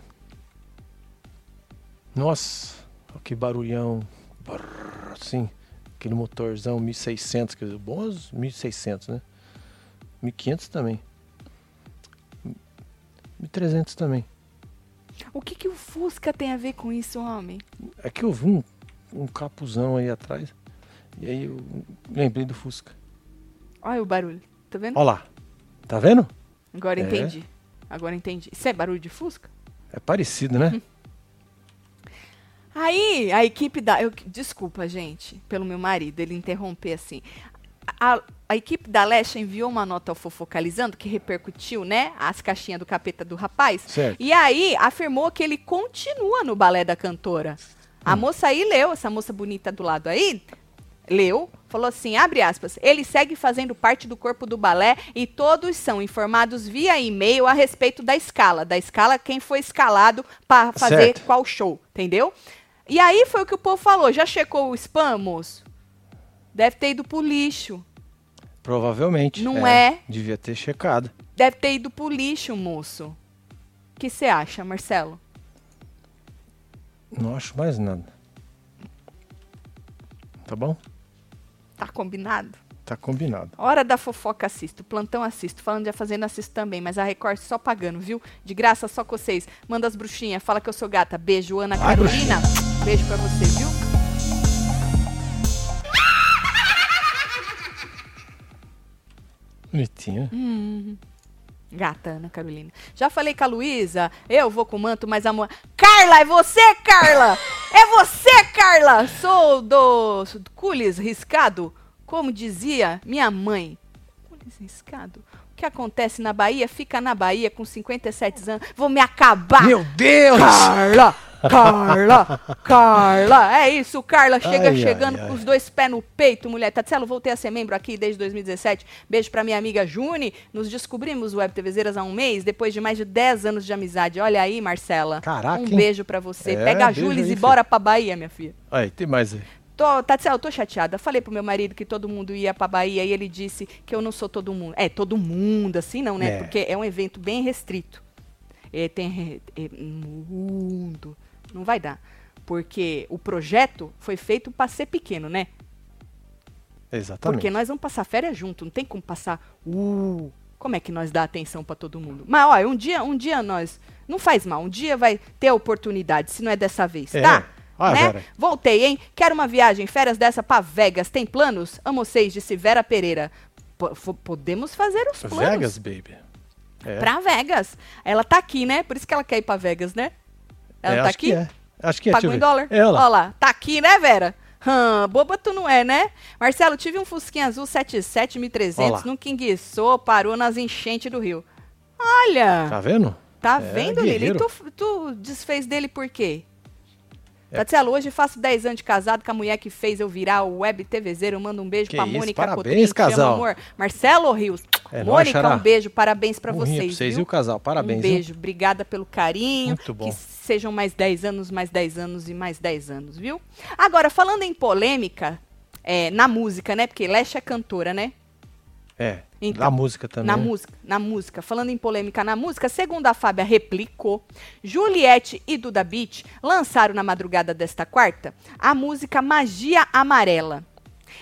S2: Nossa, olha que barulhão. Brrr, Assim, aquele motorzão 1600, quer dizer, bons 1600, né? 1500 também. 1300 também.
S1: O que, que o Fusca tem a ver com isso, homem?
S2: É que eu vi um, um capuzão aí atrás. E aí eu lembrei do Fusca.
S1: Olha o barulho. Tá vendo?
S2: Olha lá. Tá vendo?
S1: Agora
S2: É.
S1: entendi. Agora entendi. Isso é barulho de Fusca?
S2: É parecido, né?
S1: Aí a equipe da. eu- desculpa, gente, pelo meu marido, ele interromper assim. A, a equipe da Lesha enviou uma nota ao Fofocalizando, que repercutiu, né? As caixinhas do capeta do rapaz.
S2: Certo.
S1: E aí afirmou que ele continua no balé da cantora. A moça aí leu, essa moça bonita do lado aí, leu, falou assim, abre aspas, ele segue fazendo parte do corpo do balé e todos são informados via e-mail a respeito da escala, da escala quem foi escalado para fazer
S2: Certo.
S1: qual show, entendeu? E aí foi o que o povo falou, já checou o spam, moço? Deve ter ido pro lixo.
S2: Provavelmente.
S1: Não é.
S2: Devia ter checado.
S1: Deve ter ido pro lixo, moço. O que você acha, Marcelo?
S2: Não acho mais nada. Tá bom?
S1: Tá combinado?
S2: Tá combinado.
S1: Hora da fofoca assisto, plantão assisto, falando de A Fazenda assisto também, mas a Record só pagando, viu? De graça só com vocês. Manda as bruxinhas, fala que eu sou gata. Beijo, Ana
S2: Vai,
S1: Carolina. Beijo pra você, viu?
S2: Bonitinho.
S1: Gata, Ana Carolina. Já falei com a Luísa, eu vou com o manto, mas a mo... Carla, é você, Carla! É você, Carla! Sou do sou do Cules Riscado, como dizia minha mãe. Cules Riscado? O que acontece na Bahia, fica na Bahia com 57 anos. Vou me acabar!
S2: Meu Deus!
S1: Carla! Carla! Carla! É isso, Carla. Chega
S2: Ai,
S1: chegando
S2: ai,
S1: com
S2: ai.
S1: os dois pés no peito, mulher. Tatselo, voltei a ser membro aqui desde 2017. Beijo pra minha amiga June. Nos descobrimos Web TVzeiras há um mês, depois de mais de 10 anos de amizade. Olha aí, Marcela.
S2: Caraca,
S1: Um
S2: hein?
S1: beijo pra você.
S2: É,
S1: Pega a
S2: beijo
S1: Jules
S2: aí,
S1: e
S2: filho.
S1: bora pra Bahia, minha filha.
S2: Aí, tem mais aí.
S1: Tô, Tatselo, tô chateada. Falei pro meu marido que todo mundo ia pra Bahia e ele disse que eu não sou todo mundo. É, todo mundo, assim não, né?
S2: É.
S1: Porque é um evento bem restrito. É, tem re- é, mundo. Não vai dar. Porque o projeto foi feito pra ser pequeno, né?
S2: É, Exatamente.
S1: Porque nós vamos passar férias junto, não tem como passar. Uh, como é que nós dá atenção pra todo mundo? Mas olha, um dia, um dia nós. Não faz mal, um dia vai ter a oportunidade, se não é dessa vez,
S2: É.
S1: tá?
S2: Ah,
S1: né?
S2: Vera.
S1: Voltei, hein? Quero uma viagem, férias dessa pra Vegas. Tem planos? Amo vocês, disse Vera Pereira. Po- fo- podemos fazer os planos.
S2: Vegas, baby. É.
S1: Pra Vegas. Ela tá aqui, né? Por isso que ela quer ir pra Vegas, né? Ela
S2: É,
S1: tá
S2: acho
S1: aqui?
S2: Que é. Acho que é.
S1: Pagou
S2: deixa eu
S1: em dólar?
S2: ver. É, olha lá.
S1: Ó lá, tá aqui, né, Vera? Hum, boba tu não é, né? Marcelo, tive um Fusquinha Azul
S2: Ó
S1: 77.300,
S2: lá.
S1: nunca enguiçou, parou nas enchentes do Rio. Olha,
S2: Tá vendo?
S1: tá
S2: É,
S1: vendo, Lili? E
S2: guerreiro.
S1: tu, tu desfez dele por quê?
S2: É.
S1: Tatielo, hoje faço 10 anos de casado com a mulher que fez eu virar o Web TVzeiro. Manda um beijo
S2: Que
S1: pra
S2: isso,
S1: Mônica
S2: parabéns,
S1: Cotrim, te amo,
S2: casal.
S1: amor. Marcelo Rios.
S2: É nóis,
S1: Mônica,
S2: xará.
S1: um beijo, parabéns pra
S2: Honrinha
S1: vocês.
S2: pra vocês,
S1: viu?
S2: viu, casal? Parabéns.
S1: Um
S2: viu?
S1: beijo, obrigada pelo carinho.
S2: Muito bom.
S1: Que sejam mais 10 anos, mais 10 anos e mais 10 anos, viu? Agora, falando em polêmica, é, na música, né? Porque Lesha é cantora, né?
S2: É.
S1: Então,
S2: na música também.
S1: Na música, na música. Falando em polêmica na música, segundo a Fábia replicou, Juliette e Duda Beat lançaram na madrugada desta quarta a música Magia Amarela.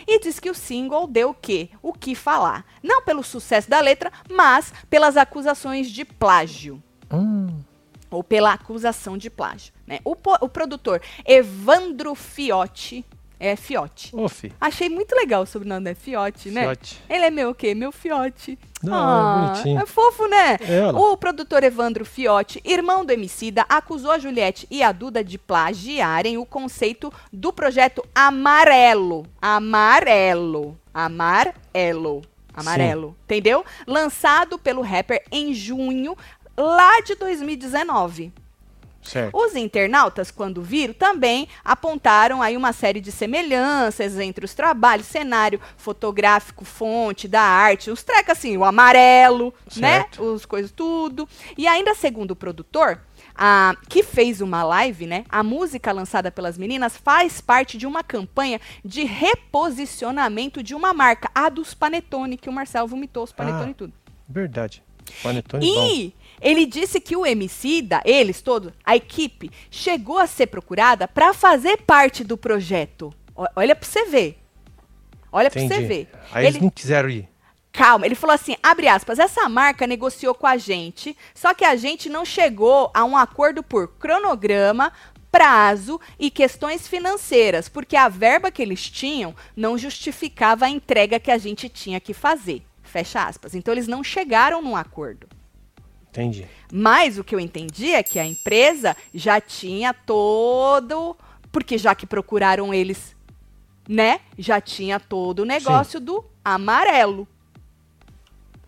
S1: E diz que o single deu o quê? O que falar. Não pelo sucesso da letra, mas pelas acusações de plágio
S2: Hum,
S1: ou pela acusação de plágio. Né? O, po- o produtor Evandro Fiotti, é Fiotti.
S2: ô, fi.
S1: Achei muito legal o sobrenome, né? Fiotti, né?
S2: Fiote.
S1: Ele é meu o quê? Meu Fiote.
S2: Não, é bonitinho.
S1: é fofo, né?
S2: É, olha lá.
S1: O produtor Evandro Fiote, irmão do Emicida, acusou a Juliette e a Duda de plagiarem o conceito do projeto Amarelo. Amarelo. Amarelo. Amarelo. Entendeu? Lançado pelo rapper em junho lá de 2019.
S2: Certo.
S1: Os internautas, quando viram, também apontaram aí uma série de semelhanças entre os trabalhos, cenário fotográfico, fonte da arte, os trecos assim, o amarelo,
S2: Certo.
S1: né? Os coisas tudo. E ainda segundo o produtor, a- que fez uma live, né? A música lançada pelas meninas faz parte de uma campanha de reposicionamento de uma marca, a dos Panetone, que o Marcel vomitou os Panetone
S2: Ah.
S1: e tudo.
S2: Verdade. Panetone bom.
S1: E ele disse que o Emicida, eles todos, a equipe, chegou a ser procurada para fazer parte do projeto. O- Olha pra você ver. Olha é pra você
S2: Entendi.
S1: ver.
S2: Aí
S1: Ele-
S2: eles não quiseram ir.
S1: Calma, ele falou assim, abre aspas, essa marca negociou com a gente, só que a gente não chegou a um acordo por cronograma, prazo e questões financeiras, porque a verba que eles tinham não justificava a entrega que a gente tinha que fazer. Fecha aspas. Então eles não chegaram num acordo.
S2: Entendi.
S1: Mas o que eu entendi é que a empresa já tinha todo. Porque já que procuraram eles, né? Já tinha todo o negócio do amarelo.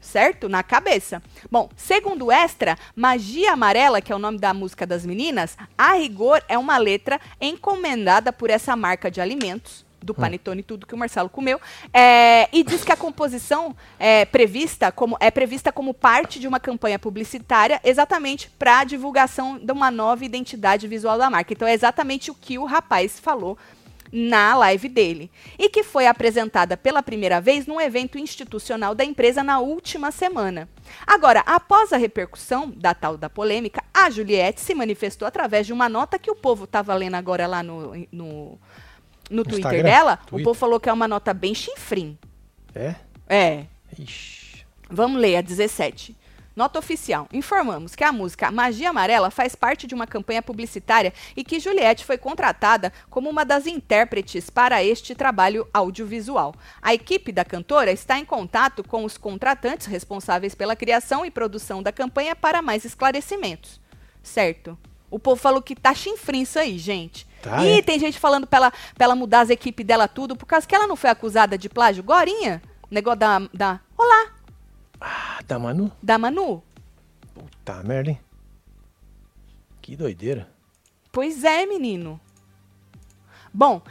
S1: Certo? Na cabeça. Bom, segundo o Extra, Magia Amarela, que é o nome da música das meninas, a rigor é uma letra encomendada por essa marca de alimentos, do panetone e tudo que o Marcelo comeu, é, e diz que a composição é prevista como, é prevista como parte de uma campanha publicitária exatamente para a divulgação de uma nova identidade visual da marca. Então é exatamente o que o rapaz falou na live dele e que foi apresentada pela primeira vez num evento institucional da empresa na última semana. Agora, após a repercussão da tal da polêmica, a Juliette se manifestou através de uma nota que o povo estava lendo agora lá no, no, no Twitter
S2: Instagram?
S1: dela. O
S2: Twitter?
S1: povo falou que é uma nota bem chinfrim.
S2: É?
S1: É,
S2: Ixi.
S1: Vamos ler a 17. Nota oficial. Informamos que a música Magia Amarela faz parte de uma campanha publicitária e que Juliette foi contratada como uma das intérpretes para este trabalho audiovisual. A equipe da cantora está em contato com os contratantes responsáveis pela criação e produção da campanha para mais esclarecimentos. Certo. O povo falou que tá chinfrim isso aí, gente.
S2: Tá,
S1: Ih,
S2: é.
S1: tem gente falando pra ela, pra ela mudar as equipes dela tudo, por causa que ela não foi acusada de plágio. Gorinha, negócio da... da... Olá,
S2: Ah, tá, Manu?
S1: da Manu?
S2: Puta merda, hein? Que doideira.
S1: Pois é, menino. Bom,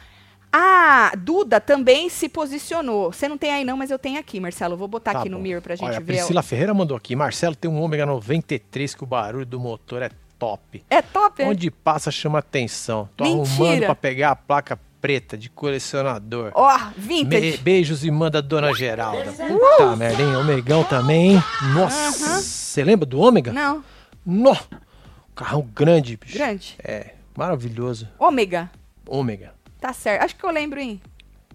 S1: a Duda também se posicionou. Você não tem aí não, mas eu tenho aqui, Marcelo. Eu Vou botar
S2: Tá
S1: aqui no
S2: bom.
S1: mirror pra gente
S2: Olha, a
S1: ver.
S2: Priscila Ferreira mandou aqui. Marcelo tem um ômega 93 que o barulho do motor é top.
S1: É top, é?
S2: Onde passa chama atenção. Tô arrumando
S1: Mentira.
S2: pra pegar a placa preta de colecionador.
S1: Ó,
S2: Me-
S1: vintage.
S2: beijos e manda Dona Geralda. Puta merda, hein? Omegão também. hein? Nossa, você lembra do ômega?
S1: Não,
S2: Nó! Um Carrão grande, bicho.
S1: grande.
S2: É, maravilhoso.
S1: Ômega.
S2: Ômega.
S1: Tá certo. Acho que eu lembro, hein?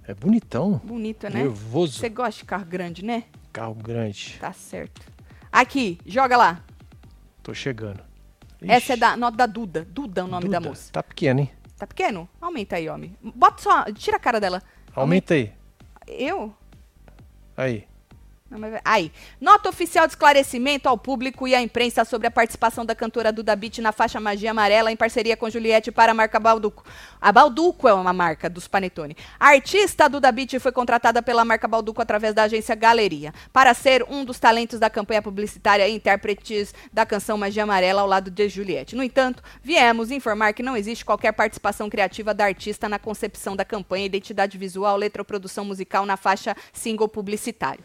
S2: É bonitão.
S1: Bonito, né?
S2: Nervoso.
S1: Você gosta de carro grande, né?
S2: Carro grande.
S1: Tá certo. Aqui, joga lá.
S2: Tô chegando.
S1: Essa é
S2: Ixi,
S1: da nota da Duda. Duda é o nome da
S2: Duda.
S1: moça.
S2: Tá pequeno, hein?
S1: Tá pequeno? Aumenta aí, homem. Bota só, tira a cara dela.
S2: Aumenta aí.
S1: Eu?
S2: Aí.
S1: Não, mas vai- Aí. Nota oficial de esclarecimento ao público e à imprensa sobre a participação da cantora Duda Beat na faixa Magia Amarela em parceria com Juliette para a marca Balduco. A Balduco é uma marca dos Panetone. A artista Duda Beat foi contratada pela marca Balduco através da agência Galeria para ser um dos talentos da campanha publicitária e intérpretes da canção Magia Amarela ao lado de Juliette. No entanto, viemos informar que não existe qualquer participação criativa da artista na concepção da campanha, identidade visual, letra ou produção musical na faixa single publicitário.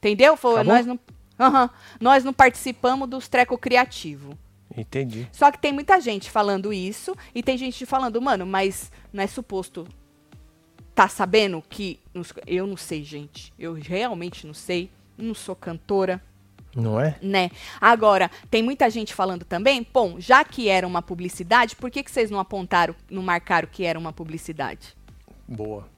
S1: Entendeu? Foi,
S2: Tá bom?
S1: nós, não, Aham. nós não participamos dos treco criativo.
S2: Entendi.
S1: Só que tem muita gente falando isso e tem gente falando, mano, mas não é suposto tá sabendo que. nos- Eu não sei, gente. Eu realmente não sei. Não sou cantora
S2: Não é?
S1: né? Agora, tem muita gente falando também, bom, já que era uma publicidade, por que, que vocês não apontaram, não marcaram que era uma publicidade?
S2: Boa.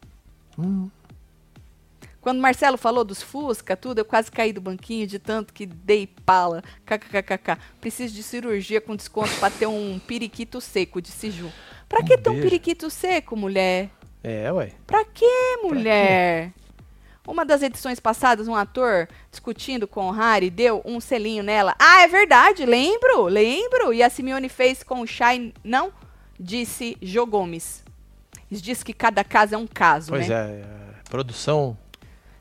S1: Quando o Marcelo falou dos Fusca, tudo, eu quase caí do banquinho de tanto que dei pala. KKKKK. Preciso de cirurgia com desconto pra ter um periquito seco, disse Ju. Pra que
S2: Um
S1: ter um
S2: beijo.
S1: periquito seco, mulher?
S2: É, ué.
S1: Pra quê, mulher? Uma das edições passadas, um ator discutindo com o Harry deu um selinho nela. Ah, é verdade, lembro, lembro. E a Simeone fez com o Shai, não? Disse Jô Gomes. Diz que cada caso é um caso,
S2: Pois
S1: né?
S2: é. é, Produção.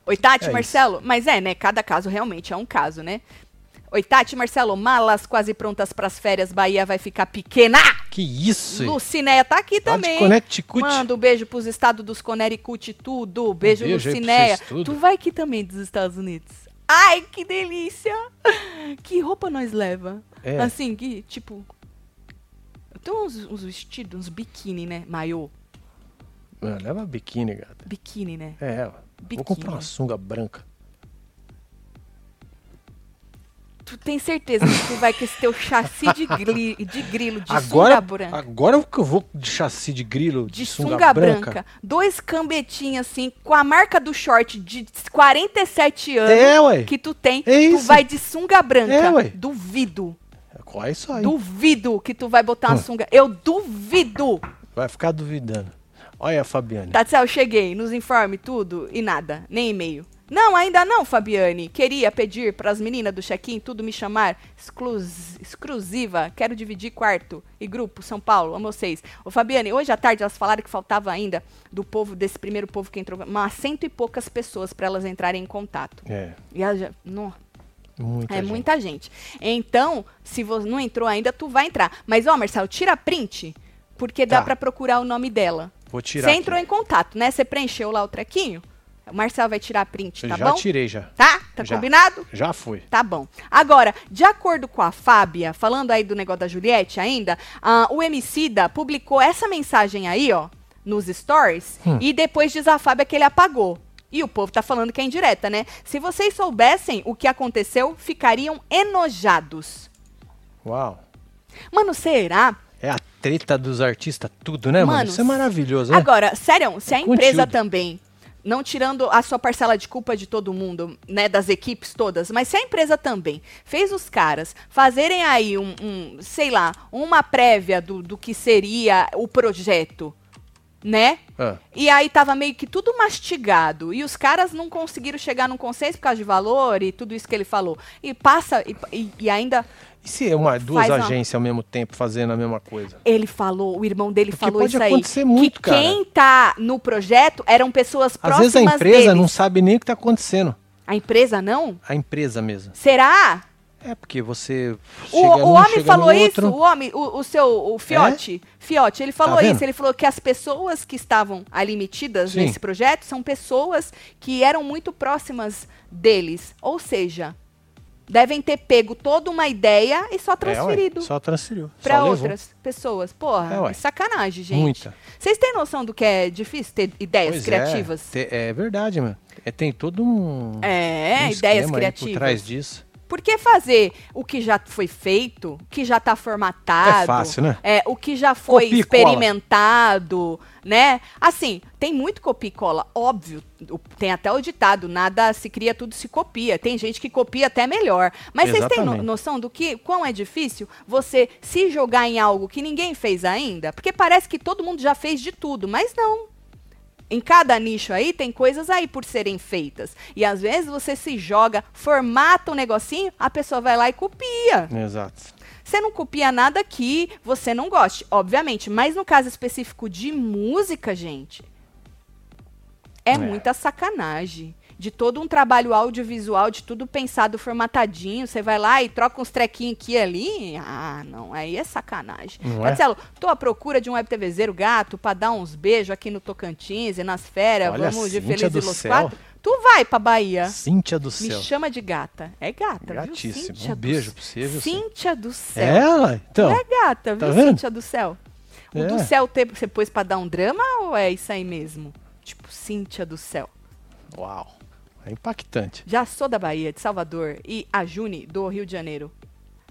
S1: Oi, Tati,
S2: É isso.
S1: Marcelo. Mas é, né? Cada caso realmente é um caso, né? Oi, Tati, Marcelo. Malas quase prontas pras férias. Bahia vai ficar pequena.
S2: Que isso? hein?
S1: Lucinéia tá aqui
S2: Lá de
S1: também.
S2: Connecticut.
S1: Manda um beijo pros estados dos Connecticut e tudo. Beijo,
S2: beijo aí pra
S1: Lucinéia.
S2: vocês tudo.
S1: Tu vai aqui também dos Estados Unidos. Ai, que delícia! Que roupa nós leva?
S2: É.
S1: Assim, que, tipo... Tem uns, uns vestidos, uns biquíni, né? Maiô.
S2: Mano, leva biquíni, gata.
S1: Biquíni, né?
S2: É, ué.
S1: Biquíni.
S2: Vou comprar uma sunga branca.
S1: Tu tem certeza que tu vai com esse teu chassi de, gri- de grilo, de sunga
S2: agora,
S1: branca.
S2: agora que eu vou de chassi de grilo,
S1: De sunga, branca. Dois cambetinhos, assim, com a marca do short de 47 anos.
S2: É, ué.
S1: que tu tem,
S2: É
S1: tu
S2: isso.
S1: vai de sunga branca.
S2: É, ué.
S1: duvido.
S2: Qual é isso aí?
S1: Duvido que tu vai botar uma
S2: Ah.
S1: sunga. Eu duvido.
S2: Vai ficar duvidando. Olha a Fabiane.
S1: Tatiel, cheguei, nos informe tudo e nada, nem e-mail. Não, ainda não, Fabiane. Queria pedir para as meninas do check-in tudo me chamar exclus- exclusiva. Quero dividir quarto e grupo São Paulo. Amo vocês. Ô, Fabiane, hoje à tarde elas falaram que faltava ainda do povo, desse primeiro povo que entrou, umas cento e poucas pessoas para elas entrarem em contato.
S2: É,
S1: E elas já, Nossa.
S2: muita
S1: É
S2: gente.
S1: muita gente. Então, se você não entrou ainda, tu vai entrar. Mas, ó, Marcelo, tira print, porque dá
S2: Tá.
S1: pra procurar o nome dela.
S2: Vou
S1: Você
S2: tirar aqui.
S1: entrou em contato, né? Você preencheu lá o trequinho? O Marcelo vai tirar print,
S2: Eu
S1: tá
S2: já
S1: bom?
S2: tirei, já.
S1: Tá? Tá
S2: Já.
S1: combinado?
S2: Já foi.
S1: Tá bom. Agora, de acordo com a Fábia, falando aí do negócio da Juliette ainda, ah, o Emicida publicou essa mensagem aí, ó, nos stories
S2: Hum.
S1: e depois diz a Fábia que ele apagou. E o povo tá falando que é indireta, né? Se vocês soubessem o que aconteceu, ficariam enojados.
S2: Uau.
S1: Mano, será?
S2: É a treta dos artistas, tudo, né, mano?
S1: Mano,
S2: Isso é maravilhoso, né?
S1: Agora, sério, se a
S2: Conteúdo.
S1: empresa também, não tirando a sua parcela de culpa de todo mundo, né, das equipes todas, mas se a empresa também fez os caras fazerem aí um, um, sei lá, uma prévia do, do que seria o projeto, né?
S2: Ah,
S1: E aí tava meio que tudo mastigado. E os caras não conseguiram chegar num consenso por causa de valor e tudo isso que ele falou. E passa, e, e- e ainda
S2: e se é uma, duas
S1: Faz uma-
S2: agências ao mesmo tempo fazendo a mesma coisa?
S1: ele falou, o irmão dele
S2: Porque
S1: falou
S2: pode
S1: isso aí.
S2: acontecer muito,
S1: que
S2: cara.
S1: quem tá no projeto eram pessoas
S2: Às
S1: próximas
S2: vezes a empresa
S1: deles.
S2: não sabe nem o que tá acontecendo.
S1: A empresa não?
S2: A empresa mesmo.
S1: Será?
S2: É porque você
S1: O,
S2: chega
S1: o
S2: num,
S1: homem
S2: chega
S1: falou
S2: no
S1: isso?
S2: outro. É,
S1: O homem, o, o seu, o Fiote, Fiote, ele falou
S2: Tá vendo?
S1: isso. Ele falou que as pessoas que estavam ali metidas
S2: Sim.
S1: nesse projeto são pessoas que eram muito próximas deles. Ou seja, devem ter pego toda uma ideia e só
S2: É, ué,
S1: transferido
S2: só transferiu.
S1: pra
S2: só levou.
S1: outras pessoas. Porra,
S2: É,
S1: é,
S2: ué.
S1: sacanagem, gente.
S2: Muita.
S1: Vocês têm noção do que é difícil ter ideias
S2: Pois é,
S1: criativas?
S2: te- É, verdade, mano. É, tem todo um.
S1: É,
S2: um esquema aí
S1: ideias
S2: Por
S1: criativas.
S2: trás disso.
S1: Por que fazer o que já foi feito, o que já está formatado?
S2: É fácil, né?
S1: é, o que já foi
S2: Copia e cola.
S1: experimentado, né? Assim, tem muito copia e cola, óbvio. o- Tem até o ditado, nada se cria, tudo se copia. Tem gente que copia até melhor. Mas vocês têm no-
S2: Exatamente.
S1: noção do que quão é difícil você se jogar em algo que ninguém fez ainda? Porque parece que todo mundo já fez de tudo, mas não. Em cada nicho aí tem coisas aí por serem feitas. E às vezes você se joga, formata um negocinho, a pessoa vai lá e copia.
S2: Exato.
S1: Você não copia nada que você não goste, obviamente. Mas no caso específico de música, gente, é,
S2: É.
S1: muita sacanagem. De todo um trabalho audiovisual, de tudo pensado, formatadinho, você vai lá e troca uns trequinhos aqui e ali. Ah, não, aí é sacanagem.
S2: Não é?
S1: Marcelo, tô à procura de um webTVzeiro gato pra dar uns beijos aqui no Tocantins e nas férias.
S2: Olha,
S1: Vamos de
S2: Cíntia
S1: Feliz e
S2: do
S1: Los
S2: céu.
S1: Quatro. Tu vai pra Bahia.
S2: Cíntia do
S1: Me
S2: céu.
S1: chama de gata. É gata, viu?
S2: Gatíssimo.
S1: Cíntia do
S2: Um beijo pra você, viu? Cíntia?
S1: Cíntia do céu.
S2: É ela? Então.
S1: É gata,
S2: Tá
S1: viu,
S2: vendo?
S1: Cíntia do céu? O
S2: É.
S1: do céu te- você pôs pra dar um drama ou é isso aí mesmo? Tipo, Cíntia do céu.
S2: Uau. É impactante.
S1: Já sou da Bahia, de Salvador e a June do Rio de Janeiro.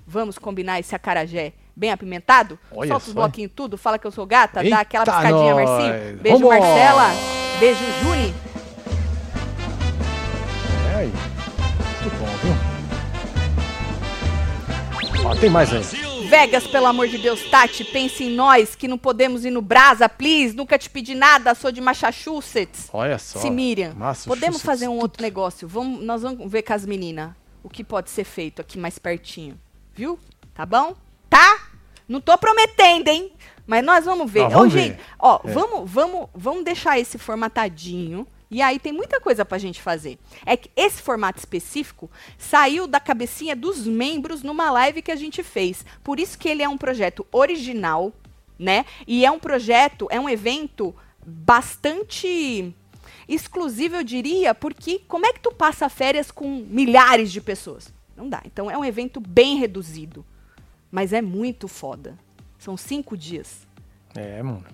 S1: Vamos combinar esse acarajé bem apimentado?
S2: Olha
S1: Solta os
S2: só.
S1: bloquinhos tudo, fala que eu sou gata, dá
S2: Eita,
S1: aquela piscadinha,
S2: nós.
S1: Marcinho. Beijo,
S2: Vamos!
S1: Marcela. Beijo, June.
S2: É aí. Muito bom, viu? Ó, tem mais aí.
S1: Vegas, pelo amor de Deus, Tati, pense em nós que não podemos ir no Brasa, please. Nunca te pedi nada, sou de Massachusetts.
S2: Olha só.
S1: Se Miriam,
S2: Massa,
S1: podemos
S2: Xuxa,
S1: fazer um outro negócio. Vamos, nós vamos ver com as meninas o que pode ser feito aqui mais pertinho. Viu? Tá bom? Tá? Não tô prometendo, hein? Mas nós vamos ver.
S2: Ah, vamos
S1: Ô, gente,
S2: ver.
S1: ó,
S2: É.
S1: vamos, vamos, vamos deixar esse formatadinho. E aí tem muita coisa pra gente fazer. É que esse formato específico saiu da cabecinha dos membros numa live que a gente fez. Por isso que ele é um projeto original, né? E é um projeto, é um evento bastante exclusivo, eu diria, porque como é que tu passa férias com milhares de pessoas? Não dá. Então é um evento bem reduzido, mas é muito foda. São cinco dias.
S2: É, mano.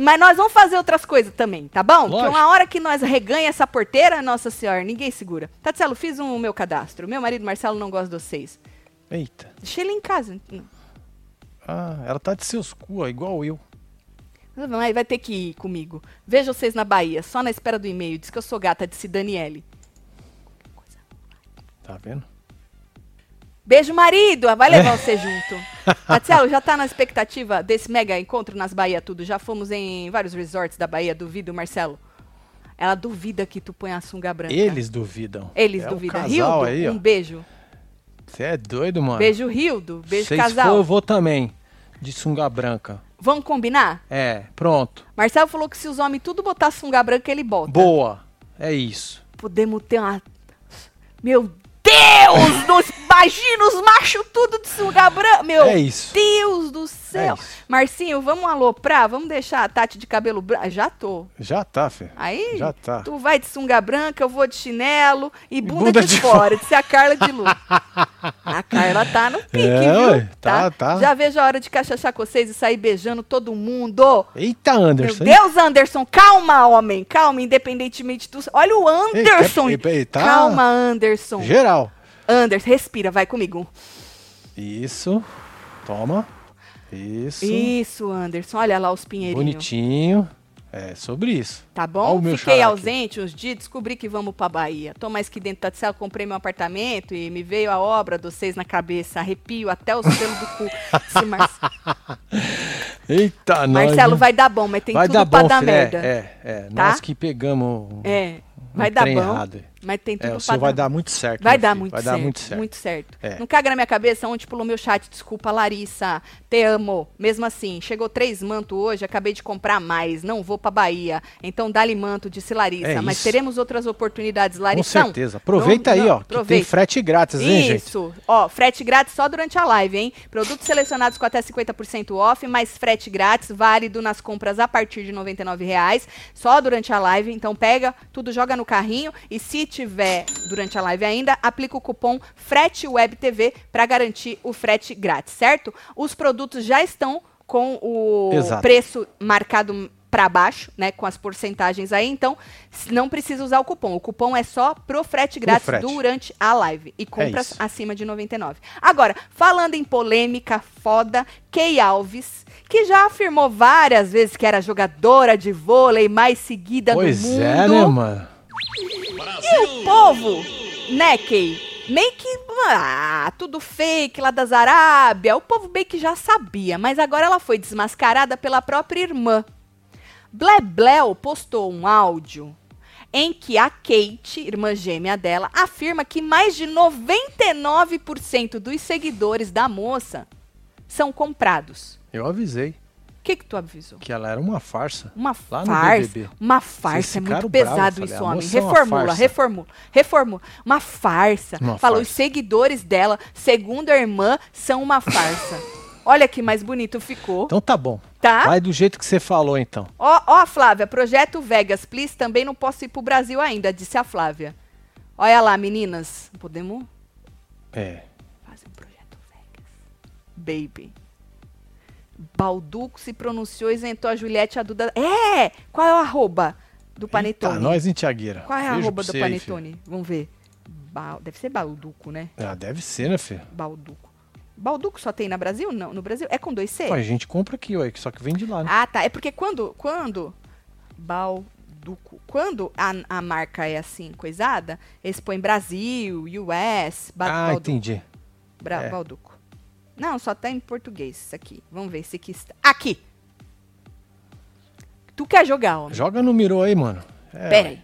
S1: Mas nós vamos fazer outras coisas também, tá bom? Porque
S2: Lógico.
S1: uma hora que nós reganha essa porteira, nossa senhora, ninguém segura. Tatielo, fiz um meu cadastro. Meu marido Marcelo não gosta de vocês.
S2: Eita.
S1: Deixa ele em casa.
S2: Ah, ela tá de seus cu, ó, igual eu.
S1: Mas vai ter que ir comigo. Vejo vocês na Bahia, só na espera do e-mail. Diz que eu sou gata, disse Daniele.
S2: Tá vendo?
S1: Beijo, marido! Ah, Vai
S2: É.
S1: levar você junto. Marcelo, já tá na expectativa desse mega encontro nas Bahia tudo? Já fomos em vários resorts da Bahia, duvido, Marcelo. Ela duvida que tu põe a sunga branca.
S2: Eles duvidam.
S1: É, Eles
S2: é
S1: duvidam.
S2: O
S1: Rildo,
S2: casal aí, ó.
S1: um beijo.
S2: Você é doido, mano.
S1: Beijo, Rildo. Beijo,
S2: Se
S1: casal.
S2: for, eu vou também. De sunga branca.
S1: Vamos combinar?
S2: É, pronto.
S1: Marcelo falou que se os homens tudo botar sunga branca, ele bota.
S2: Boa. É isso.
S1: Podemos ter uma... Meu Deus! Nos vagina, os machos tudo de sugar branco. Meu
S2: É isso.
S1: Deus do céu.
S2: É isso.
S1: Marcinho, vamos aloprar? Vamos deixar a Tati de cabelo branco? Já tô.
S2: Já tá, Fê.
S1: Aí
S2: Já tá.
S1: tu vai de sunga branca, eu vou de chinelo e bunda,
S2: bunda
S1: de,
S2: de
S1: fora. Disse a Carla de Lu. a Carla tá no pique,
S2: É,
S1: viu?
S2: ué, tá, tá.
S1: Já vejo a hora de cachachar com vocês e sair beijando todo mundo.
S2: Eita,
S1: Meu
S2: Anderson. hein?
S1: Deus, Anderson, calma, homem, calma, independentemente do. Olha o Anderson!
S2: Ei, pera- ei, tá-
S1: Calma, Anderson.
S2: Geral.
S1: Anderson, respira, vai comigo.
S2: Isso. Toma. Isso.
S1: Isso, Anderson, olha lá os pinheirinhos.
S2: Bonitinho. É sobre isso.
S1: Tá
S2: Ó
S1: bom?
S2: o meu
S1: Fiquei
S2: xará aqui.
S1: ausente uns dias, descobri que vamos pra Bahia. Tô mais que dentro da cela, comprei meu apartamento e me veio a obra dos seis na cabeça. Arrepio até os pelos do cu. Esse Mar-
S2: Eita, nós.
S1: Marcelo
S2: hein?
S1: vai dar bom, mas tem
S2: Vai
S1: tudo
S2: dar
S1: pra
S2: bom,
S1: dar
S2: filho.
S1: merda.
S2: É, é, é.
S1: Tá?
S2: Nós que pegamos. um-
S1: É, vai
S2: um
S1: dar bom,
S2: trem errado.
S1: mas tem tudo
S2: É,
S1: pra
S2: o seu vai dar muito certo.
S1: Vai
S2: meu
S1: dar
S2: filho.
S1: muito
S2: vai
S1: certo.
S2: Dar muito certo. É.
S1: Não caga na minha cabeça onde pulou meu chat. Desculpa, Larissa. Te amo. Mesmo assim, chegou três manto hoje, acabei de comprar mais. Não vou pra Bahia. Então dá-lhe manto, disse Larissa.
S2: É
S1: Mas
S2: isso.
S1: teremos outras oportunidades,
S2: Com
S1: Larissa.
S2: certeza. Aproveita aí, ó. Que tem frete grátis, hein, gente?
S1: Isso. Ó, frete grátis só durante a live, hein? Produtos selecionados com até 50% off, mais frete grátis, válido nas compras a partir de R$ 99 reais, só durante a live. Então pega, tudo joga no carrinho e se tiver durante a live ainda, aplica o cupom FreteWebTV para garantir o frete grátis, certo? Os produtos já estão com o
S2: Exato.
S1: preço marcado para baixo, né, com as porcentagens aí, então s- não precisa usar o cupom. O cupom é só pro frete grátis
S2: frete.
S1: durante a live e compras
S2: É isso.
S1: acima de 99. Agora, falando em polêmica foda, Key Alves, que já afirmou várias vezes que era jogadora de vôlei mais seguida
S2: Pois
S1: do mundo.
S2: é, né, mano?
S1: E o povo, né, Key? Meio que. Ah, tudo fake lá das Arábia. O povo bem que já sabia, mas agora ela foi desmascarada pela própria irmã. Blebleu postou um áudio em que a Kate, irmã gêmea dela, afirma que mais de 99% dos seguidores da moça são comprados.
S2: Eu avisei
S1: O que, que tu avisou?
S2: que ela era uma farsa.
S1: Uma
S2: Lá no
S1: farsa.
S2: BBB.
S1: Uma farsa.
S2: Vocês
S1: É muito
S2: ficaram bravos,
S1: pesado isso,
S2: falei, a
S1: homem.
S2: moça é uma
S1: Reformula,
S2: farsa.
S1: reformula, reformula. Uma farsa.
S2: Uma
S1: Falou,
S2: farsa.
S1: os seguidores dela, segundo a irmã, são uma farsa. Olha que mais bonito ficou.
S2: Então tá bom.
S1: Tá?
S2: Vai do jeito que você falou, então.
S1: Ó, ó, a Flávia, projeto Vegas, please, também não posso ir pro Brasil ainda, disse a Flávia. Olha lá, meninas. Podemos
S2: É.
S1: fazer um projeto Vegas. Baby. Balduco se pronunciou, isentou a Juliette e a Duda. É! Qual é o arroba do Panetone?
S2: Tá, nós em Tiagueira.
S1: Qual é a
S2: Beijo
S1: arroba
S2: pra
S1: do
S2: você aí, filho.
S1: Panetone? Vamos ver. Ba- Deve ser Balduco, né?
S2: Ah, deve ser, né, filho?
S1: Balduco. Balduco só tem na Brasil? Não, no Brasil é com dois C?
S2: Pô, a gente compra aqui, ué, que só que vem de lá, né?
S1: Ah, tá. É porque quando. Quando. Balduco. Quando a, a marca é assim, coisada, eles põem Brasil, US, ba
S2: Ah,
S1: Balduco.
S2: entendi.
S1: Bra
S2: É.
S1: Balduco. Não, só tá em português isso aqui. Vamos ver se aqui está. Aqui! Tu quer jogar, homem?
S2: Joga no mirô aí, mano. É,
S1: Pera aí.
S2: ué,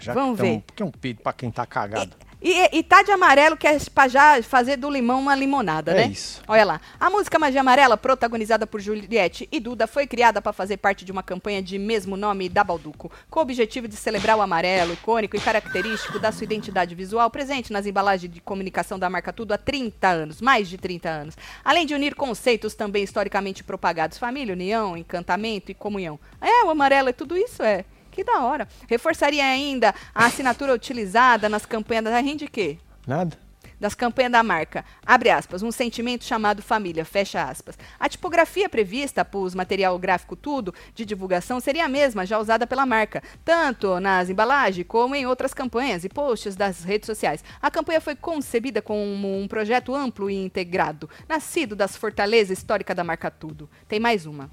S2: já
S1: Vamos
S2: que tamo-
S1: ver.
S2: Porque é um pedido pra quem tá cagado.
S1: E, e tá de amarelo que é pra já fazer do limão uma limonada,
S2: É
S1: né?
S2: isso.
S1: Olha lá. A música Magia Amarela, protagonizada por Juliette e Duda, foi criada para fazer parte de uma campanha de mesmo nome da Balduco, com o objetivo de celebrar o amarelo icônico e característico da sua identidade visual presente nas embalagens de comunicação da marca Tudo há 30 anos, mais de 30 anos. Além de unir conceitos também historicamente propagados, família, união, encantamento e comunhão. É, o amarelo é tudo isso, é. Que da hora. Reforçaria ainda a assinatura utilizada nas campanhas da Rende quê?
S2: Nada?
S1: das campanhas da marca. Abre aspas, um sentimento chamado família, fecha aspas. A tipografia prevista para material gráfico tudo de divulgação seria a mesma já usada pela marca, tanto nas embalagens como em outras campanhas e posts das redes sociais. A campanha foi concebida como um projeto amplo e integrado, nascido das fortalezas históricas da marca Tudo. Tem mais uma.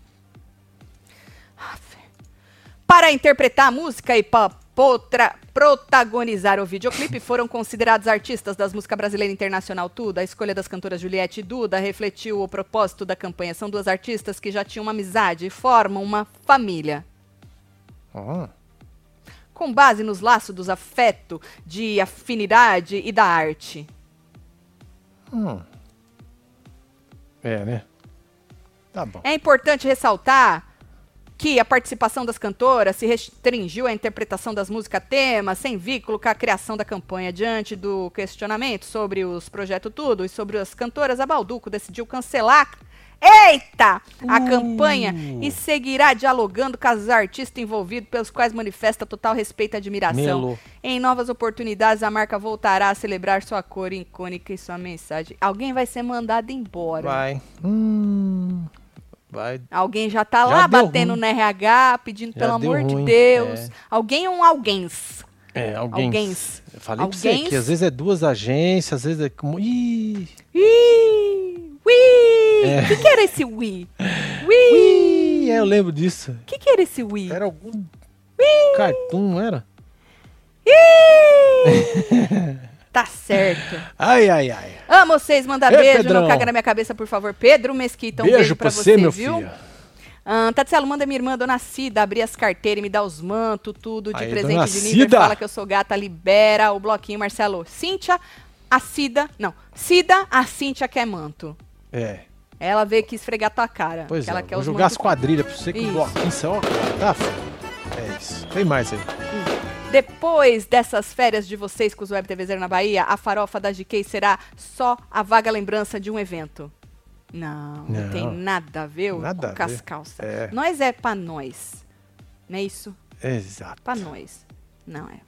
S1: Para interpretar a música e para protagonizar o videoclipe, foram considerados artistas das músicas brasileira e internacional tudo. A escolha das cantoras Juliette e Duda refletiu o propósito da campanha. São duas artistas que já tinham uma amizade e formam uma família.
S2: Ó.
S1: Com base nos laços dos afeto, de afinidade e da arte.
S2: Hum. É, né? Tá bom.
S1: É importante É ressaltar que a participação das cantoras se restringiu à interpretação das músicas tema, sem vínculo com a criação da campanha. Diante do questionamento sobre os Projeto Tudo e sobre as cantoras, a Balduco decidiu cancelar Eita! A
S2: Uh.
S1: campanha e seguirá dialogando com os artistas envolvidos, pelos quais manifesta total respeito e admiração.
S2: Melou.
S1: Em novas oportunidades, a marca voltará a celebrar sua cor icônica e sua mensagem. Alguém vai ser mandado embora.
S2: Vai. Hum. Vai.
S1: Alguém já tá
S2: Já
S1: lá
S2: deu
S1: batendo
S2: ruim.
S1: no RH, pedindo
S2: Já
S1: pelo
S2: deu
S1: amor de
S2: ruim,
S1: Deus.
S2: é.
S1: Alguém ou alguém?
S2: É, alguém.
S1: Alguéns.
S2: Eu Falei pra você
S1: Alguéns.
S2: que às vezes é duas agências, às vezes é. como- Ih!
S1: Ui! Ui! O
S2: É.
S1: que, que era esse Ui? Ui!
S2: Ih! É, eu lembro disso.
S1: O que, que era esse Ui?
S2: Era algum. Cartoon, não era?
S1: Tá certo.
S2: Ai, ai, ai.
S1: Amo vocês, manda
S2: Ei,
S1: beijo,
S2: Pedrão.
S1: não caga na minha cabeça, por favor. Pedro Mesquita, um beijo,
S2: beijo pra você, meu
S1: viu?
S2: filho.
S1: Ah, Tatselo, manda minha irmã, Dona Cida, abrir as carteiras e me dar os mantos, tudo de
S2: Aí,
S1: presente
S2: Dona
S1: de nível.
S2: Cida!
S1: Fala que eu sou gata, libera o bloquinho, Marcelo. Cíntia, a Cida, não, Cida, a Cíntia quer manto.
S2: É.
S1: Ela veio aqui esfregar tua cara.
S2: Pois
S1: que
S2: é,
S1: ela quer
S2: vou
S1: os
S2: jogar as
S1: mantos.
S2: quadrilhas pra você que
S1: Isso.
S2: o bloquinho saiu. ó, Tá, filho? É isso. Tem mais aí.
S1: Depois dessas férias de vocês com os Web TV Zero na Bahia, a farofa da GK será só a vaga lembrança de um evento. Não, não,
S2: Não.
S1: tem nada a ver
S2: Nada a
S1: com as
S2: ver.
S1: calças.
S2: É.
S1: Nós é pra nós. Não é isso?
S2: Exato.
S1: Pra nós. Não é.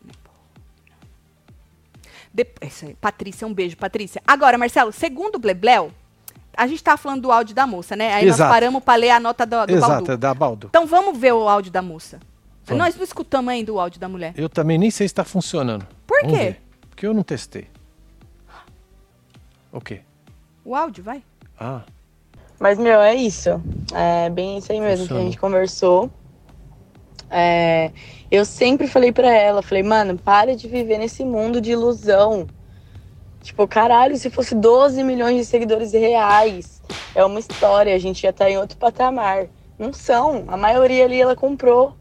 S1: De... Isso aí. Patrícia, um beijo, Patrícia. Agora, Marcelo, segundo o Blebleu, a gente tava falando do áudio da moça, né? Aí nós
S2: Exato.
S1: paramos pra ler a nota do, do
S2: Exato, é
S1: Baldu.
S2: da Baldo.
S1: Então vamos ver o áudio da moça.
S2: Vamos.
S1: Nós não escutamos ainda o áudio da mulher.
S2: Eu também nem sei se tá funcionando.
S1: Por
S2: Vamos
S1: quê?
S2: ver, Porque eu não testei. O quê?
S1: O áudio, vai.
S2: Ah,
S3: Mas, meu, é isso. É bem isso aí mesmo que a
S2: Funciona.
S3: gente conversou. É, eu sempre falei pra ela, falei, mano, para de viver nesse mundo de ilusão. Tipo, caralho, se fosse 12 milhões de seguidores reais, é uma história, a gente ia estar em outro patamar. Não são, a maioria ali ela comprou.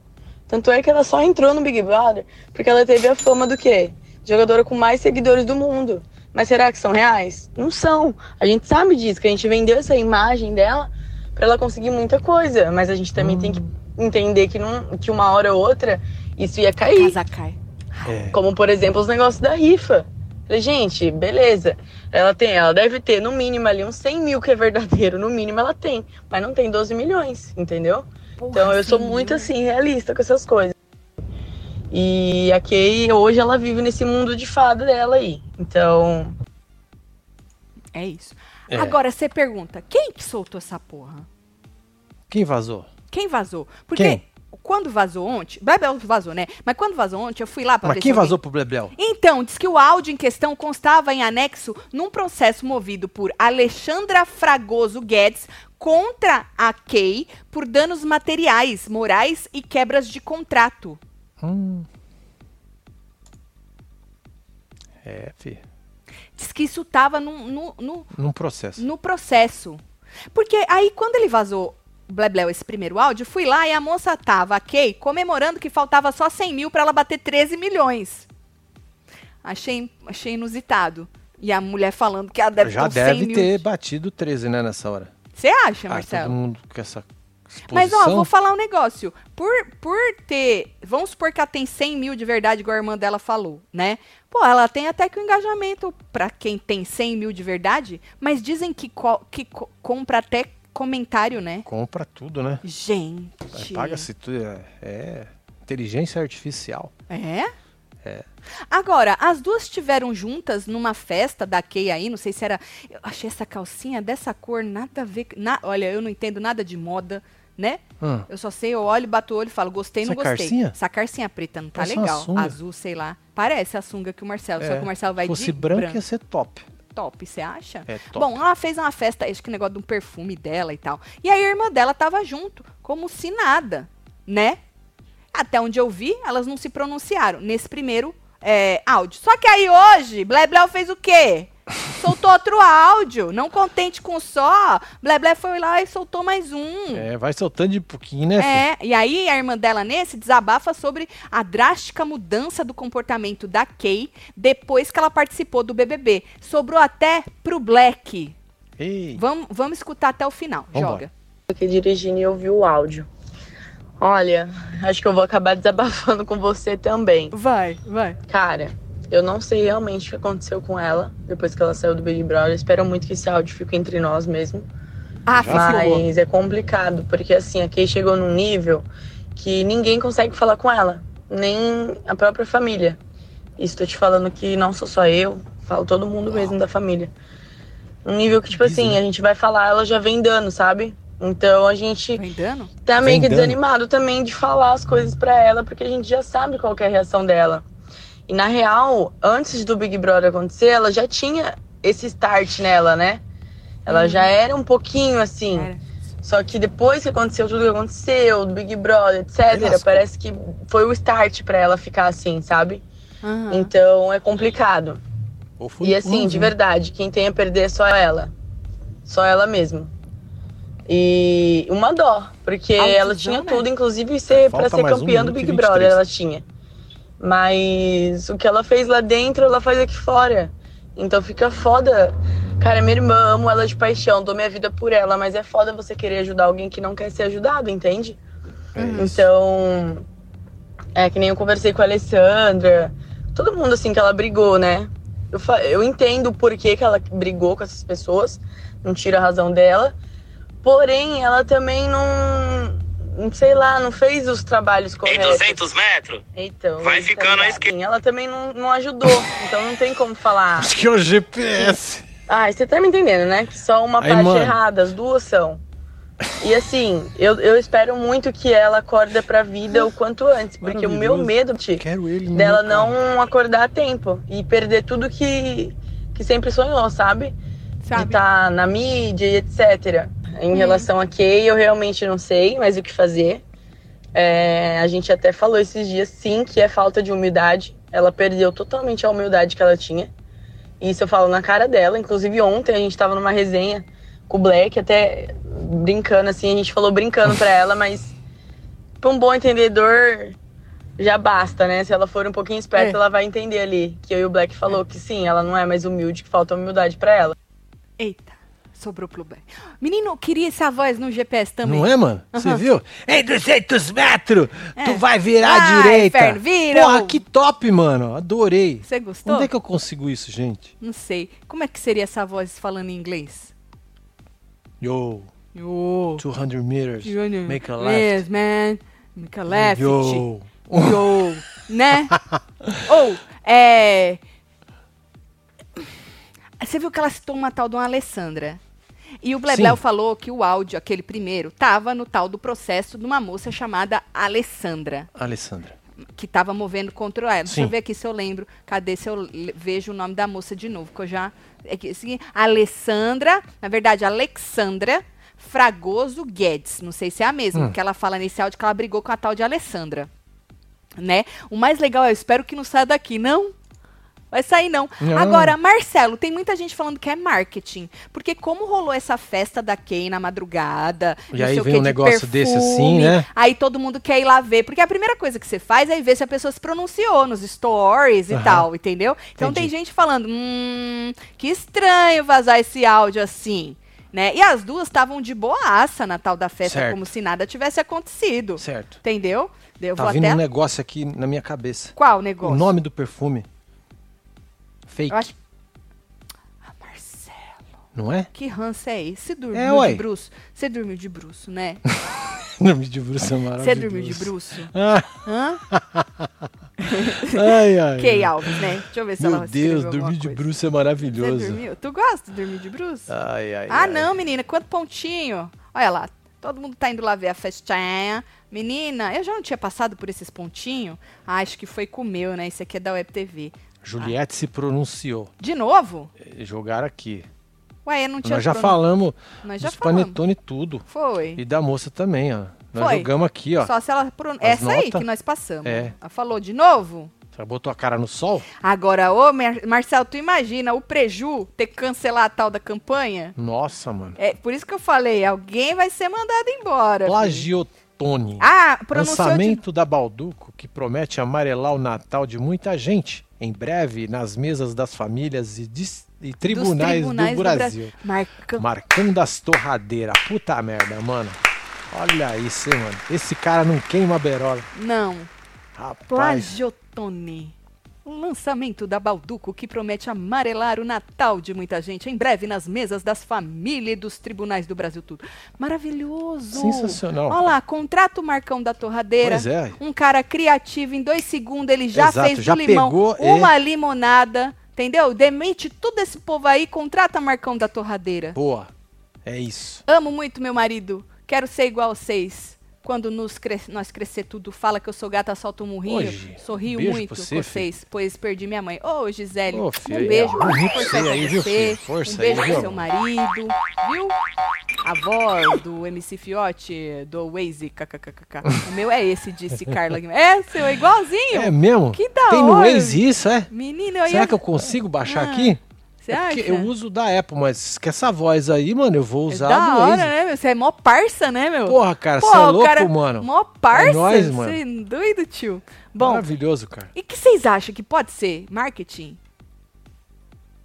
S3: Tanto é que ela só entrou no Big Brother porque ela teve a fama do quê? Jogadora com mais seguidores do mundo. Mas será que são reais? Não são. A gente sabe disso, que a gente vendeu essa imagem dela pra ela conseguir muita coisa. Mas a gente também tem que entender que, não, que uma hora ou outra isso ia cair.
S1: Casa cai.
S2: é.
S3: Como, por exemplo, os negócios da rifa. Falei, gente, beleza. Ela tem, ela deve ter no mínimo ali uns 100 mil que é verdadeiro. No mínimo ela tem. Mas não tem 12 milhões, entendeu? Então eu sou
S1: né?
S3: muito assim, realista com essas coisas. E a Kay, hoje ela vive nesse mundo de fada dela aí. Então,
S1: É isso.
S2: É.
S1: Agora você pergunta, quem que soltou essa porra?
S2: Quem vazou?
S1: Quem vazou? Porque
S2: Quem?
S1: quando vazou ontem, Bebel vazou, né? Mas quando vazou ontem, eu fui lá pra ver
S2: Mas
S1: se
S2: quem
S1: alguém-
S2: vazou pro Blebel?
S1: Então, diz que o áudio em questão constava em anexo num processo movido por Alexandra Fragoso Guedes contra a Kay por danos materiais, morais e quebras de contrato.
S2: Hum. É, fi.
S1: Diz que isso estava no, no, no,
S2: Num processo.
S1: no processo. Porque aí, quando ele vazou Blebleu esse primeiro áudio, fui lá e a moça tava, a Kay, comemorando que faltava só 100 mil para ela bater 13 milhões. Achei, achei inusitado. E a mulher falando que ela deve
S2: Já
S1: ter uns 100
S2: deve
S1: mil
S2: ter batido 13, né, nessa hora.
S1: Você acha,
S2: Ah, todo
S1: Marcelo?
S2: mundo com essa exposição.
S1: Mas, ó, vou falar um negócio. Por, por ter. Vamos supor que ela tem 100 mil de verdade, igual a irmã dela falou, né? Pô, ela tem até que o engajamento pra quem tem 100 mil de verdade. Mas dizem que, co- que co- compra até comentário, né?
S2: Compra tudo, né?
S1: Gente.
S2: Paga-se tudo. É, é inteligência artificial.
S1: É? É. Agora, as duas estiveram juntas numa festa da Kay aí, não sei se era. Eu achei essa calcinha dessa cor, nada a ver. na- Olha, eu não entendo nada de moda, né?
S2: Hum.
S1: Eu só sei, eu olho, bato o olho e falo, gostei, não
S2: Essa
S1: gostei.
S2: é carcinha?
S1: Essa carcinha preta não tá
S2: Parece uma
S1: legal.
S2: sunga.
S1: Azul, sei lá. Parece a sunga que o Marcelo, só
S2: É.
S1: que o Marcelo vai
S2: Se fosse
S1: de
S2: branco,
S1: branco.
S2: ia ser top.
S1: Top, você acha?
S2: É top.
S1: Bom, ela fez uma festa, acho que negócio de um perfume dela e tal. E aí a irmã dela tava junto, como se nada, né? Até onde eu vi, elas não se pronunciaram nesse primeiro é, áudio. Só que aí hoje, Blebleu fez o quê? Soltou outro áudio. Não contente com só, Blebleu foi lá e soltou mais um.
S2: É, vai soltando de pouquinho, né, fi?
S1: É, e aí a irmã dela nesse desabafa sobre a drástica mudança do comportamento da Kay depois que ela participou do BBB. Sobrou até pro Black.
S2: Ei,
S1: Vamos, vamos escutar até o final.
S2: Vambora.
S1: Joga.
S3: aqui dirigindo e ouvi o áudio. Olha, acho que eu vou acabar desabafando com você também.
S1: Vai, vai.
S3: Cara, eu não sei realmente o que aconteceu com ela depois que ela saiu do Big Brother. Espero muito que esse áudio fique entre nós mesmo.
S1: Ah, ficou.
S3: Mas é complicado, porque assim, a Kay chegou num nível que ninguém consegue falar com ela, nem a própria família. Isso tô te falando que não sou só eu, falo todo mundo mesmo da família. Um nível que, tipo assim, a gente vai falar, ela já vem dando, sabe? Então a gente
S1: Vem dando?
S3: tá meio que
S2: Vem dando.
S3: desanimado também de falar as coisas pra ela, porque a gente já sabe qual que é a reação dela. E na real, antes do Big Brother acontecer, ela já tinha esse start nela, né? Ela
S1: Uhum.
S3: já era um pouquinho assim.
S1: Era.
S3: Só que depois que aconteceu tudo que aconteceu, do Big Brother,
S2: Aí
S3: etc.,
S2: lascou.
S3: parece que foi o start pra ela ficar assim, sabe?
S1: Aham.
S3: Então é complicado.
S2: Ou foi
S3: E assim, de
S2: um-
S3: verdade, quem tem a perder é só ela. Só ela mesma. E uma dó, porque
S1: Altisão,
S3: ela tinha
S1: né?
S3: tudo, inclusive ser,
S2: Falta
S3: pra ser
S2: mais um
S3: campeã do
S2: minuto e
S3: Big
S2: 23.
S3: Brother, ela tinha. Mas o que ela fez lá dentro, ela faz aqui fora. Então fica foda. Cara, minha irmã, amo ela de paixão, dou minha vida por ela, mas é foda você querer ajudar alguém que não quer ser ajudado, entende?
S2: É
S1: Uhum.
S2: isso.
S3: Então, é que nem eu conversei com a Alessandra, todo mundo assim que ela brigou, né? Eu, fa- eu entendo o porquê que ela brigou com essas pessoas, não tira a razão dela. Porém, ela também não, não sei lá, não fez os trabalhos
S4: Em
S3: corretos.
S4: 200 metros?
S3: Então,
S4: vai
S3: tá
S4: ficando à
S3: ligado?
S4: esquerda.
S3: Assim, Ela também não, não ajudou, então não tem como
S1: Ah.
S3: falar.
S2: Acho que é o GPS.
S3: Ah, você tá me entendendo, né? Que só uma
S2: Aí,
S3: parte
S2: mano.
S3: errada, as duas são. E assim, eu, eu espero muito que ela acorda pra vida o quanto antes, porque o meu
S2: Maravilhoso.
S3: medo Ti,
S2: Quero ele. no
S3: dela
S2: meu carro.
S3: não acordar a tempo e perder tudo que, que sempre sonhou, sabe? De
S2: Então,
S1: Sabe? Uhum.
S3: tá na mídia e etc. Em relação a Kay, eu realmente não sei mais o que fazer. É, a gente até falou esses dias, sim, que é falta de humildade. Ela perdeu totalmente a humildade que ela tinha. Isso eu falo na cara dela. Inclusive, ontem a gente tava numa resenha com o Black, até brincando, assim. A gente falou brincando pra ela, mas pra um bom entendedor já basta, né? Se ela for um pouquinho esperta,
S1: É.
S3: ela vai entender ali. Que eu e o Black falou que sim, ela não é mais humilde, que falta humildade pra ela.
S1: Eita, sobrou pro bem. Menino, queria essa voz no GPS também.
S2: Não é, mano? Você viu? Em 200 metros,
S1: É.
S2: tu vai virar à
S1: Ah,
S2: direita.
S1: inferno, vira!
S2: Porra, que top, mano. Adorei.
S1: Você gostou?
S2: Onde é que eu consigo isso, gente?
S1: Não sei. Como é que seria essa voz falando em inglês?
S2: Yo,
S1: Yo.
S2: 200 meters,
S1: Junior.
S2: make a
S1: Yes,
S2: left.
S1: man. Make a left.
S2: Yo.
S1: Yo. né? Ou, é... Você viu que ela citou uma tal de uma Alessandra. E o Blebleu
S2: Sim.
S1: falou que o áudio, aquele primeiro, tava no tal do processo de uma moça chamada Alessandra.
S2: Alessandra.
S1: que estava movendo contra ela. Deixa eu
S2: Sim.
S1: ver aqui se eu lembro. Cadê se eu le- vejo o nome da moça de novo? Que eu já. É que, assim, Alessandra, na verdade, Alexandra Fragoso Guedes. Não sei se é a
S2: Hum.
S1: mesma, porque ela fala nesse áudio que ela brigou com a tal de Alessandra. Né? O mais legal é, eu espero que não saia daqui, não? Vai sair, não.
S2: Não.
S1: Agora, Marcelo, tem muita gente falando que é marketing. Porque como rolou essa festa da Kay na madrugada,
S2: E
S1: não
S2: aí
S1: sei o
S2: vem
S1: quê,
S2: um
S1: de
S2: negócio desse assim,
S1: perfume,
S2: né?
S1: Aí todo mundo quer ir lá ver, porque a primeira coisa que você faz é ver se a pessoa se pronunciou nos stories e
S2: Aham.
S1: tal, entendeu? Então
S2: Entendi.
S1: tem gente falando, hum, que estranho vazar esse áudio assim, né? E as duas estavam de boaça na tal da festa,
S2: Certo.
S1: como se nada tivesse acontecido,
S2: Certo.
S1: entendeu? Eu
S2: tá
S1: vou
S2: vindo
S1: até...
S2: um negócio aqui na minha cabeça.
S1: Qual negócio?
S2: O nome do perfume. Fake,
S1: Eu acho... Ah, Marcelo,
S2: não é?
S1: que ranço é esse? Você
S2: É,
S1: dormiu
S2: ué.
S1: de bruxo? Você dormiu de bruxo, né?
S2: Dormir de bruxo é maravilhoso.
S1: Você dormiu de bruxo?
S2: Ah,
S1: Hã?
S2: ai, ai.
S1: Kay Alves, né? Deixa eu ver se
S2: Meu
S1: ela escreveu
S2: Deus,
S1: alguma
S2: dormir de
S1: coisa.
S2: bruxo é
S1: Você
S2: maravilhoso.
S1: dormiu? Tu gosta de dormir de bruxo? Ah,
S2: Ai, ai, ai.
S1: não, menina, quanto pontinho. Olha lá, todo mundo tá indo lá ver a festinha. Menina, eu já não tinha passado por esses pontinhos? Ah, acho que foi com o meu, né? Isso aqui é da Web TV.
S2: Juliette se pronunciou.
S1: De novo?
S2: Eh, Jogaram aqui.
S1: Ué, eu não tinha...
S2: Nós já
S1: prono-
S2: falamos
S1: Nós já
S2: dos
S1: falamos.
S2: panetone e tudo.
S1: Foi.
S2: E da moça também, ó. Nós
S1: Foi.
S2: jogamos aqui, ó.
S1: Só se ela... prono-
S2: As
S1: Essa aí
S2: nota?
S1: que nós passamos.
S2: É.
S1: Ela falou de novo?
S2: Já botou a cara no sol?
S1: Agora, ô, Mar- Marcelo, tu imagina o preju ter que cancelar a tal da campanha?
S2: Nossa, mano.
S1: É, por isso que eu falei, alguém vai ser mandado embora. filho.
S2: Plagiotone.
S1: Ah, pronunciou de
S2: Lançamento da Balduco que promete amarelar o Natal de muita gente. Em breve, nas mesas das famílias e, dis- e tribunais,
S1: tribunais
S2: do
S1: do Bra-
S2: Brasil.
S1: Marcão.
S2: Marcando as torradeiras. Puta merda, mano. Olha isso, hein, mano. Esse cara não queima a berola.
S1: Não.
S2: Rapaz.
S1: Plagiotone. O lançamento da Balduco que promete amarelar o Natal de muita gente em breve nas mesas das famílias e dos tribunais do Brasil tudo. Maravilhoso.
S2: Sensacional.
S1: Olha lá, contrata o Marcão da Torradeira.
S2: Pois é.
S1: Um cara criativo, em dois segundos ele já
S2: Exato,
S1: fez do
S2: já
S1: limão
S2: pegou é. e-
S1: uma limonada, entendeu? Demite todo esse povo aí, contrata Marcão da Torradeira.
S2: Boa. É isso.
S1: Amo muito meu marido, quero ser igual a vocês. Quando nos cres- nós crescer tudo, fala que eu sou gata, solta um murrinho.
S2: Hoje,
S1: Sorrio
S2: um beijo
S1: muito
S2: pra
S1: com
S2: você,
S1: vocês, pois perdi minha mãe. Ô, Gisele,
S2: Ô,
S1: um
S2: filha,
S1: beijo.
S2: é bonito
S1: força
S2: você aí, viu, filha? Força
S1: um beijo
S2: aí,
S1: pro
S2: viu?
S1: seu marido, viu? A voz do MC Fiote, do Waze, kkkk. O meu é esse, disse Carla. Guimarães. É, seu, é igualzinho.
S2: É mesmo?
S1: Que da
S2: Tem no
S1: hora.
S2: Waze isso, é?
S1: Menino, eu
S2: Será
S1: ia...
S2: que eu consigo baixar
S1: Ah,
S2: aqui?
S1: Você
S2: É
S1: acha?
S2: porque eu uso da Apple, mas que essa voz aí, mano, eu vou
S1: É
S2: usar a
S1: da
S2: do
S1: hora,
S2: Waze.
S1: né, meu? Você é mó parça, né, meu?
S2: Porra, cara, você é
S1: o
S2: louco,
S1: cara-
S2: mano.
S1: Mó parça.
S2: É nóis, mano.
S1: Você é doido, tio. Bom,
S2: Maravilhoso, cara.
S1: e que vocês acham que pode ser marketing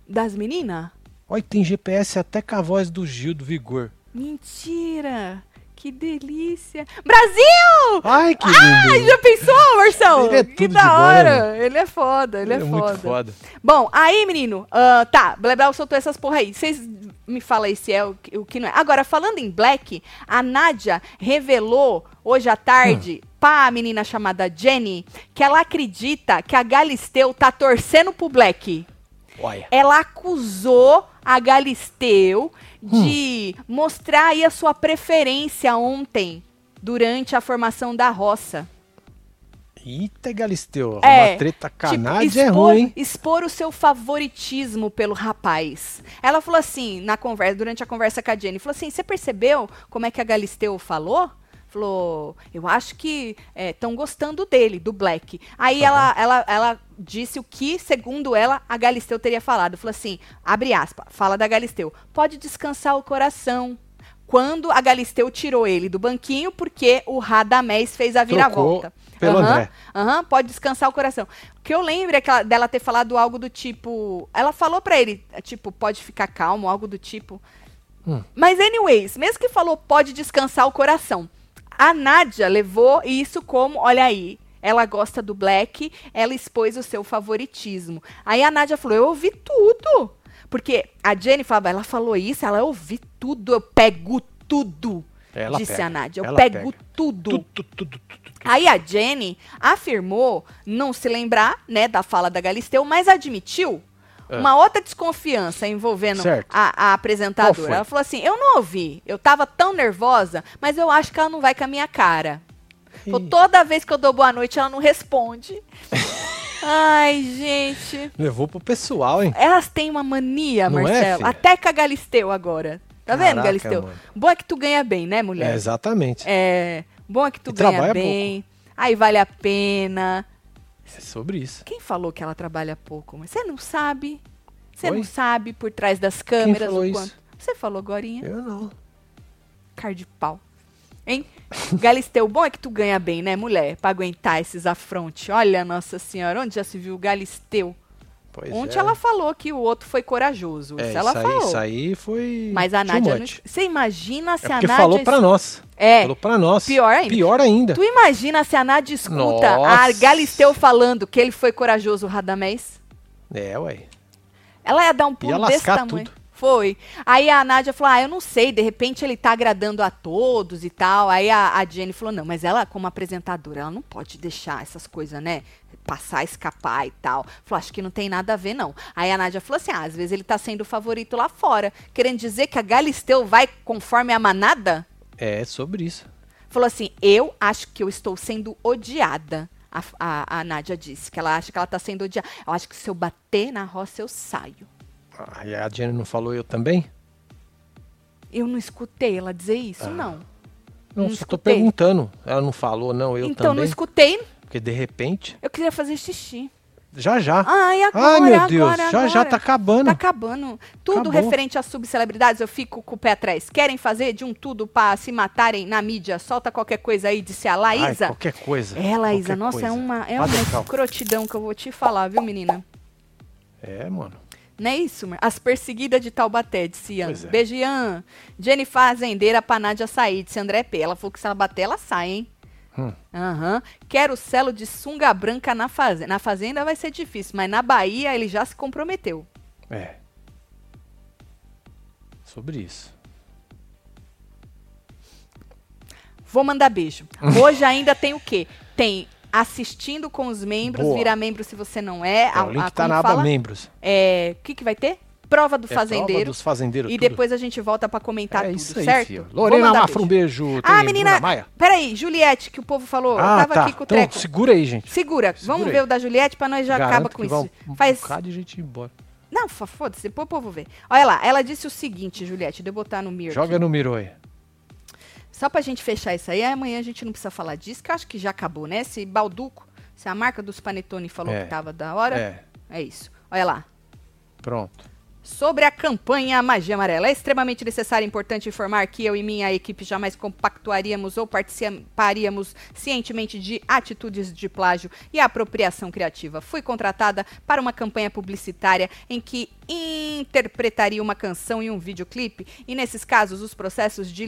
S1: das meninas?
S2: Olha, tem GPS até com a voz do Gil do Vigor.
S1: Mentira! Que delícia! Brasil!
S2: Ai, que lindo.
S1: Ai, já pensou, Marcelo?
S2: Ele é
S1: que
S2: tudo de
S1: da
S2: bom,
S1: hora! ele é foda, ele, é, foda.
S2: muito foda.
S1: Bom, aí, menino, ah, tá, Blebel soltou essas porra aí. Vocês me falam aí se é o, que- o que não é. Agora, falando em Black, a Nádia revelou hoje à tarde pra menina chamada Jenny que ela acredita que a Galisteu tá torcendo pro Black.
S2: Olha.
S1: Ela acusou a Galisteu de mostrar aí a sua preferência ontem, durante a formação da roça.
S2: Eita, Galisteu.
S1: É,
S2: uma treta
S1: Tipo,
S2: canais é ruim, hein?
S1: expor o seu favoritismo pelo rapaz. Ela falou assim, na conversa, durante a conversa com a Jenny, falou assim: você percebeu como é que a Galisteu falou? Falou, eu acho que estão gostando dele, do Black. Aí ela, ela, ela disse o que, segundo ela, a Galisteu teria falado. Falou assim: abre aspas, fala da Galisteu. Pode descansar o coração. Quando a Galisteu tirou ele do banquinho, porque o Radamés fez a viravolta.
S2: pelo
S1: Aham.
S2: André.
S1: Aham, pode descansar o coração. O que eu lembro é que ela- dela ter falado algo do tipo. Ela falou pra ele, é, tipo, pode ficar calmo, algo do tipo.
S2: Hum.
S1: Mas, anyways, mesmo que falou pode descansar o coração, a Nádia levou isso como: olha aí, ela gosta do Black, ela expôs o seu favoritismo. Aí a Nádia falou: eu ouvi tudo. Porque a Jenny falava, ela falou isso, ela eu ouvi tudo, eu pego tudo.
S2: É, Ela
S1: disse assim,
S2: pega,
S1: a Nádia, eu
S2: ela
S1: pego
S2: pega.
S1: tudo.
S2: Tudo, tudo, tudo, tudo.
S1: Aí a Jenny afirmou não se lembrar, né, da fala da Galisteu, mas admitiu
S2: É.
S1: uma outra desconfiança envolvendo
S2: Certo.
S1: a, a
S2: Qual
S1: apresentadora.
S2: foi?
S1: Ela falou assim: "Eu não ouvi, eu tava tão nervosa, mas eu acho que ela não vai com a minha cara. Falou,
S2: Ih,
S1: toda vez que eu dou boa noite, ela não responde. Ai, gente.
S2: Levou pro pessoal, hein?
S1: Elas têm uma mania,
S2: Não é,
S1: Marcelo.
S2: filha?
S1: Até com a Galisteu agora. Tá vendo,
S2: Caraca,
S1: Galisteu?
S2: mano.
S1: Boa que tu ganha bem, né, mulher?
S2: É, exatamente.
S1: É, bom é que tu
S2: E
S1: ganha
S2: trabalha
S1: bem, aí vale a pena.
S2: É sobre isso.
S1: Quem falou que ela trabalha pouco? Mas você não sabe. Você
S2: Oi?
S1: não sabe por trás das câmeras
S2: falou
S1: o
S2: isso? É.
S1: quanto. Você falou agorinha,
S2: Eu não.
S1: cara de pau. Hein? Galisteu, bom é que tu ganha bem, né, mulher? Pra aguentar esses afrontes. Olha, nossa senhora, onde já se viu o Galisteu?
S2: Pois
S1: Ontem
S2: é.
S1: ela falou que o outro foi corajoso.
S2: É,
S1: isso ela
S2: isso aí,
S1: falou.
S2: Isso aí foi.
S1: Mas a
S2: too
S1: Nádia não.
S2: much.
S1: Você imagina se a
S2: É porque
S1: Nádia.
S2: falou pra nós.
S1: É,
S2: Falou pra nós.
S1: Pior ainda.
S2: Pior ainda.
S1: Tu imagina se a Nádia escuta a
S2: Nossa.
S1: Galisteu falando que ele foi corajoso, o Radamés?
S2: É, ué.
S1: Ela ia dar um pulo
S2: Ia
S1: desse
S2: lascar
S1: tamanho.
S2: tudo.
S1: Foi. Aí a Nádia falou: Ah, eu não sei, de repente ele tá agradando a todos e tal. Aí a, a Jenny falou: Não, mas ela, como apresentadora, ela não pode deixar essas coisas, né? Passar, escapar e tal. Falou: Acho que não tem nada a ver, não. Aí a Nádia falou assim: ah, às vezes ele tá sendo o favorito lá fora. Querendo dizer que a Galisteu vai conforme a manada?
S2: É sobre isso.
S1: Falou assim: Eu acho que eu estou sendo odiada. A, a, a Nádia disse que ela acha que ela está sendo odiada. Eu acho que se eu bater na roça, eu saio.
S2: Ah, e a Jenny não falou eu também?
S1: Eu não escutei ela dizer isso,
S2: Ah,
S1: não.
S2: Não,
S1: Não
S2: só tô
S1: escutei.
S2: perguntando. Ela não falou, não, eu
S1: então, não
S2: também.
S1: escutei.
S2: Porque de repente.
S1: Eu queria fazer xixi.
S2: Já já.
S1: Ai, agora,
S2: Ai, meu Deus.
S1: agora,
S2: já já
S1: agora.
S2: tá acabando.
S1: Tá acabando. Tudo
S2: Acabou.
S1: referente às subcelebridades, eu fico com o pé atrás. Querem fazer de um tudo pra se matarem na mídia? Solta qualquer coisa aí, disse a
S2: Ai,
S1: Laísa.
S2: qualquer coisa.
S1: é, Laísa,
S2: qualquer
S1: nossa, é
S2: coisa.
S1: uma, é uma
S2: Vai dar calma.
S1: escrotidão que eu vou te falar, viu, menina?
S2: É, mano.
S1: Não é isso, Mar? As perseguidas de Taubaté, disse Ian.
S2: Pois é.
S1: Beijo, Ian. Jennifer Azendeira, paná de açaí, disse André P. Ela falou que se ela bater, ela sai, hein?
S2: Hum.
S1: Aham. Quero o selo de sunga branca na fazenda. Na fazenda vai ser difícil, mas na Bahia ele já se comprometeu.
S2: É. Sobre isso.
S1: Vou mandar beijo. Hoje ainda tem o quê? Tem assistindo com os membros,
S2: Boa.
S1: virar membro se você não é.
S2: É, o link tá
S1: como
S2: na aba
S1: fala?
S2: membros.
S1: É, o que, que vai ter? Prova do
S2: É prova
S1: fazendeiro.
S2: dos fazendeiros.
S1: e
S2: tudo.
S1: depois a gente volta pra comentar
S2: é
S1: tudo,
S2: isso aí,
S1: certo?
S2: fio.
S1: Vou
S2: Lorena
S1: mandar
S2: Mafra, um
S1: beijo.
S2: beijo.
S1: Ah,
S2: Tem
S1: menina-
S2: Bruna Maia?
S1: Peraí, Juliette, que o povo falou, eu
S2: Ah,
S1: tava
S2: tá.
S1: aqui com o
S2: então,
S1: treco.
S2: segura aí, gente.
S1: Segura,
S2: Segura
S1: vamos
S2: aí.
S1: ver o da Juliette pra nós já
S2: Garanto
S1: acaba
S2: que
S1: com
S2: vai
S1: isso.
S2: Um, um
S1: Faz.
S2: bocado de gente ir embora.
S1: Não, fa- foda-se, depois o povo vê. Olha lá, ela disse o seguinte, Juliette, de eu botar no mirror.
S2: Joga no Miro aí.
S1: Só pra gente fechar isso aí, amanhã a gente não precisa falar disso, que eu acho que já acabou, né? Esse balduco, se a marca dos Panetone falou
S2: É.
S1: que tava da hora,
S2: É,
S1: é isso. Olha lá.
S2: pronto.
S1: Sobre a campanha Magia Amarela, é extremamente necessário e importante informar que eu e minha equipe jamais compactuaríamos ou participaríamos cientemente de atitudes de plágio e apropriação criativa. Fui contratada para uma campanha publicitária em que interpretaria uma canção e um videoclipe, e nesses casos os processos de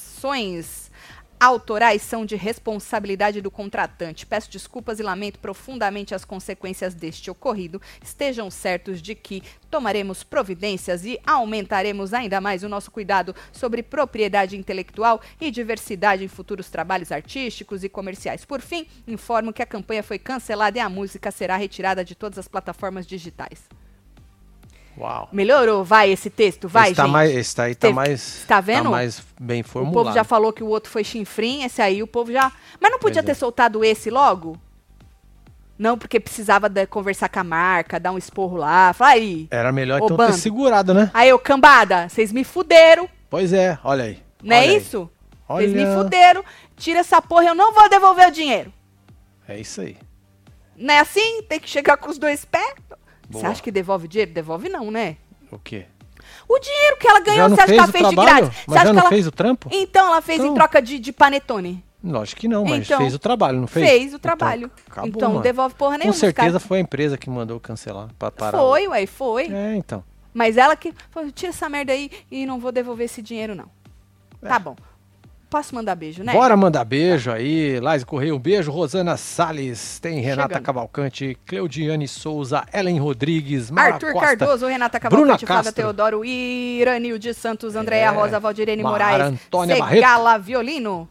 S1: liberações autorais são de responsabilidade do contratante. Peço desculpas e lamento profundamente as consequências deste ocorrido. Estejam certos de que tomaremos providências e aumentaremos ainda mais o nosso cuidado sobre propriedade intelectual e diversidade em futuros trabalhos artísticos e comerciais. Por fim, informo que a campanha foi cancelada e a música será retirada de todas as plataformas digitais.
S2: Uau.
S1: Melhorou, vai esse texto, vai,
S2: esse tá
S1: gente.
S2: mais, esse tá aí tá
S1: Teve-
S2: mais,
S1: tá vendo?
S2: mais bem
S1: O
S2: formulado.
S1: povo já falou que o outro foi chinfrim, esse aí o povo já. Mas não podia
S2: Pois
S1: ter
S2: é.
S1: soltado esse logo? Não, porque precisava da- conversar com a marca, dar um esporro lá. Fala aí.
S2: Era melhor
S1: Ô,
S2: então
S1: bando.
S2: ter segurado, né?
S1: Aí, ô cambada, vocês me fuderam,
S2: Pois é, olha aí.
S1: não é
S2: olha aí.
S1: isso?
S2: Olha.
S1: Vocês me fuderam, tira essa porra, eu não vou devolver o dinheiro.
S2: É isso aí.
S1: Não é assim? Tem que chegar com os dois pés. Você
S2: Boa.
S1: acha que devolve o dinheiro? Devolve não, né?
S2: O quê?
S1: O dinheiro que ela ganhou,
S2: já não
S1: você acha
S2: fez
S1: que ela
S2: o
S1: fez de
S2: trabalho?
S1: grátis? Você
S2: Mas
S1: acha
S2: já
S1: que
S2: não
S1: ela...
S2: fez o trampo?
S1: Então ela fez em
S2: Então.
S1: troca de, de panetone.
S2: Lógico que não, mas
S1: Então.
S2: fez o trabalho, não fez?
S1: Fez, o trabalho.
S2: Então, acabou,
S1: então não
S2: mano.
S1: devolve porra nenhuma.
S2: Com
S1: os
S2: certeza
S1: caras-
S2: foi a empresa que mandou cancelar pra parar. o-
S1: Foi, ué, foi.
S2: É, então.
S1: Mas ela que falou, tira essa merda aí e não vou devolver esse dinheiro, não. Tá bom. Posso mandar beijo, né?
S2: Bora mandar beijo aí. Laís Correia, um beijo. Rosana Salles, tem Renata
S1: Chegando.
S2: Cavalcante, Cleudiane Souza, Ellen Rodrigues, Mara
S1: Arthur
S2: Costa,
S1: Cardoso, Renata
S2: Bruna
S1: Cavalcante, Flávia
S2: Castro.
S1: Teodoro, Iranil de Santos, Andréa
S2: É.
S1: Rosa, Valdirene
S2: Mara
S1: Moraes,
S2: Antônia
S1: Segala Violino.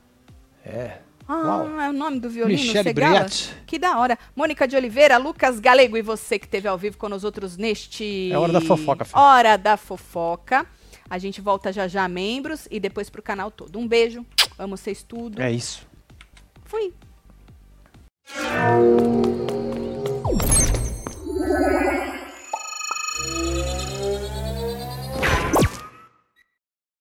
S2: É.
S1: Ah,
S2: Uau.
S1: é o nome do violino,
S2: Michele
S1: Segala.
S2: Briat.
S1: Que da hora. Mônica de Oliveira, Lucas Galego e você que esteve ao vivo com nós outros neste...
S2: É hora da fofoca, filho.
S1: Hora da fofoca. A gente volta já já a membros e depois pro canal todo. Um beijo, amo vocês tudo.
S2: É isso.
S1: Fui.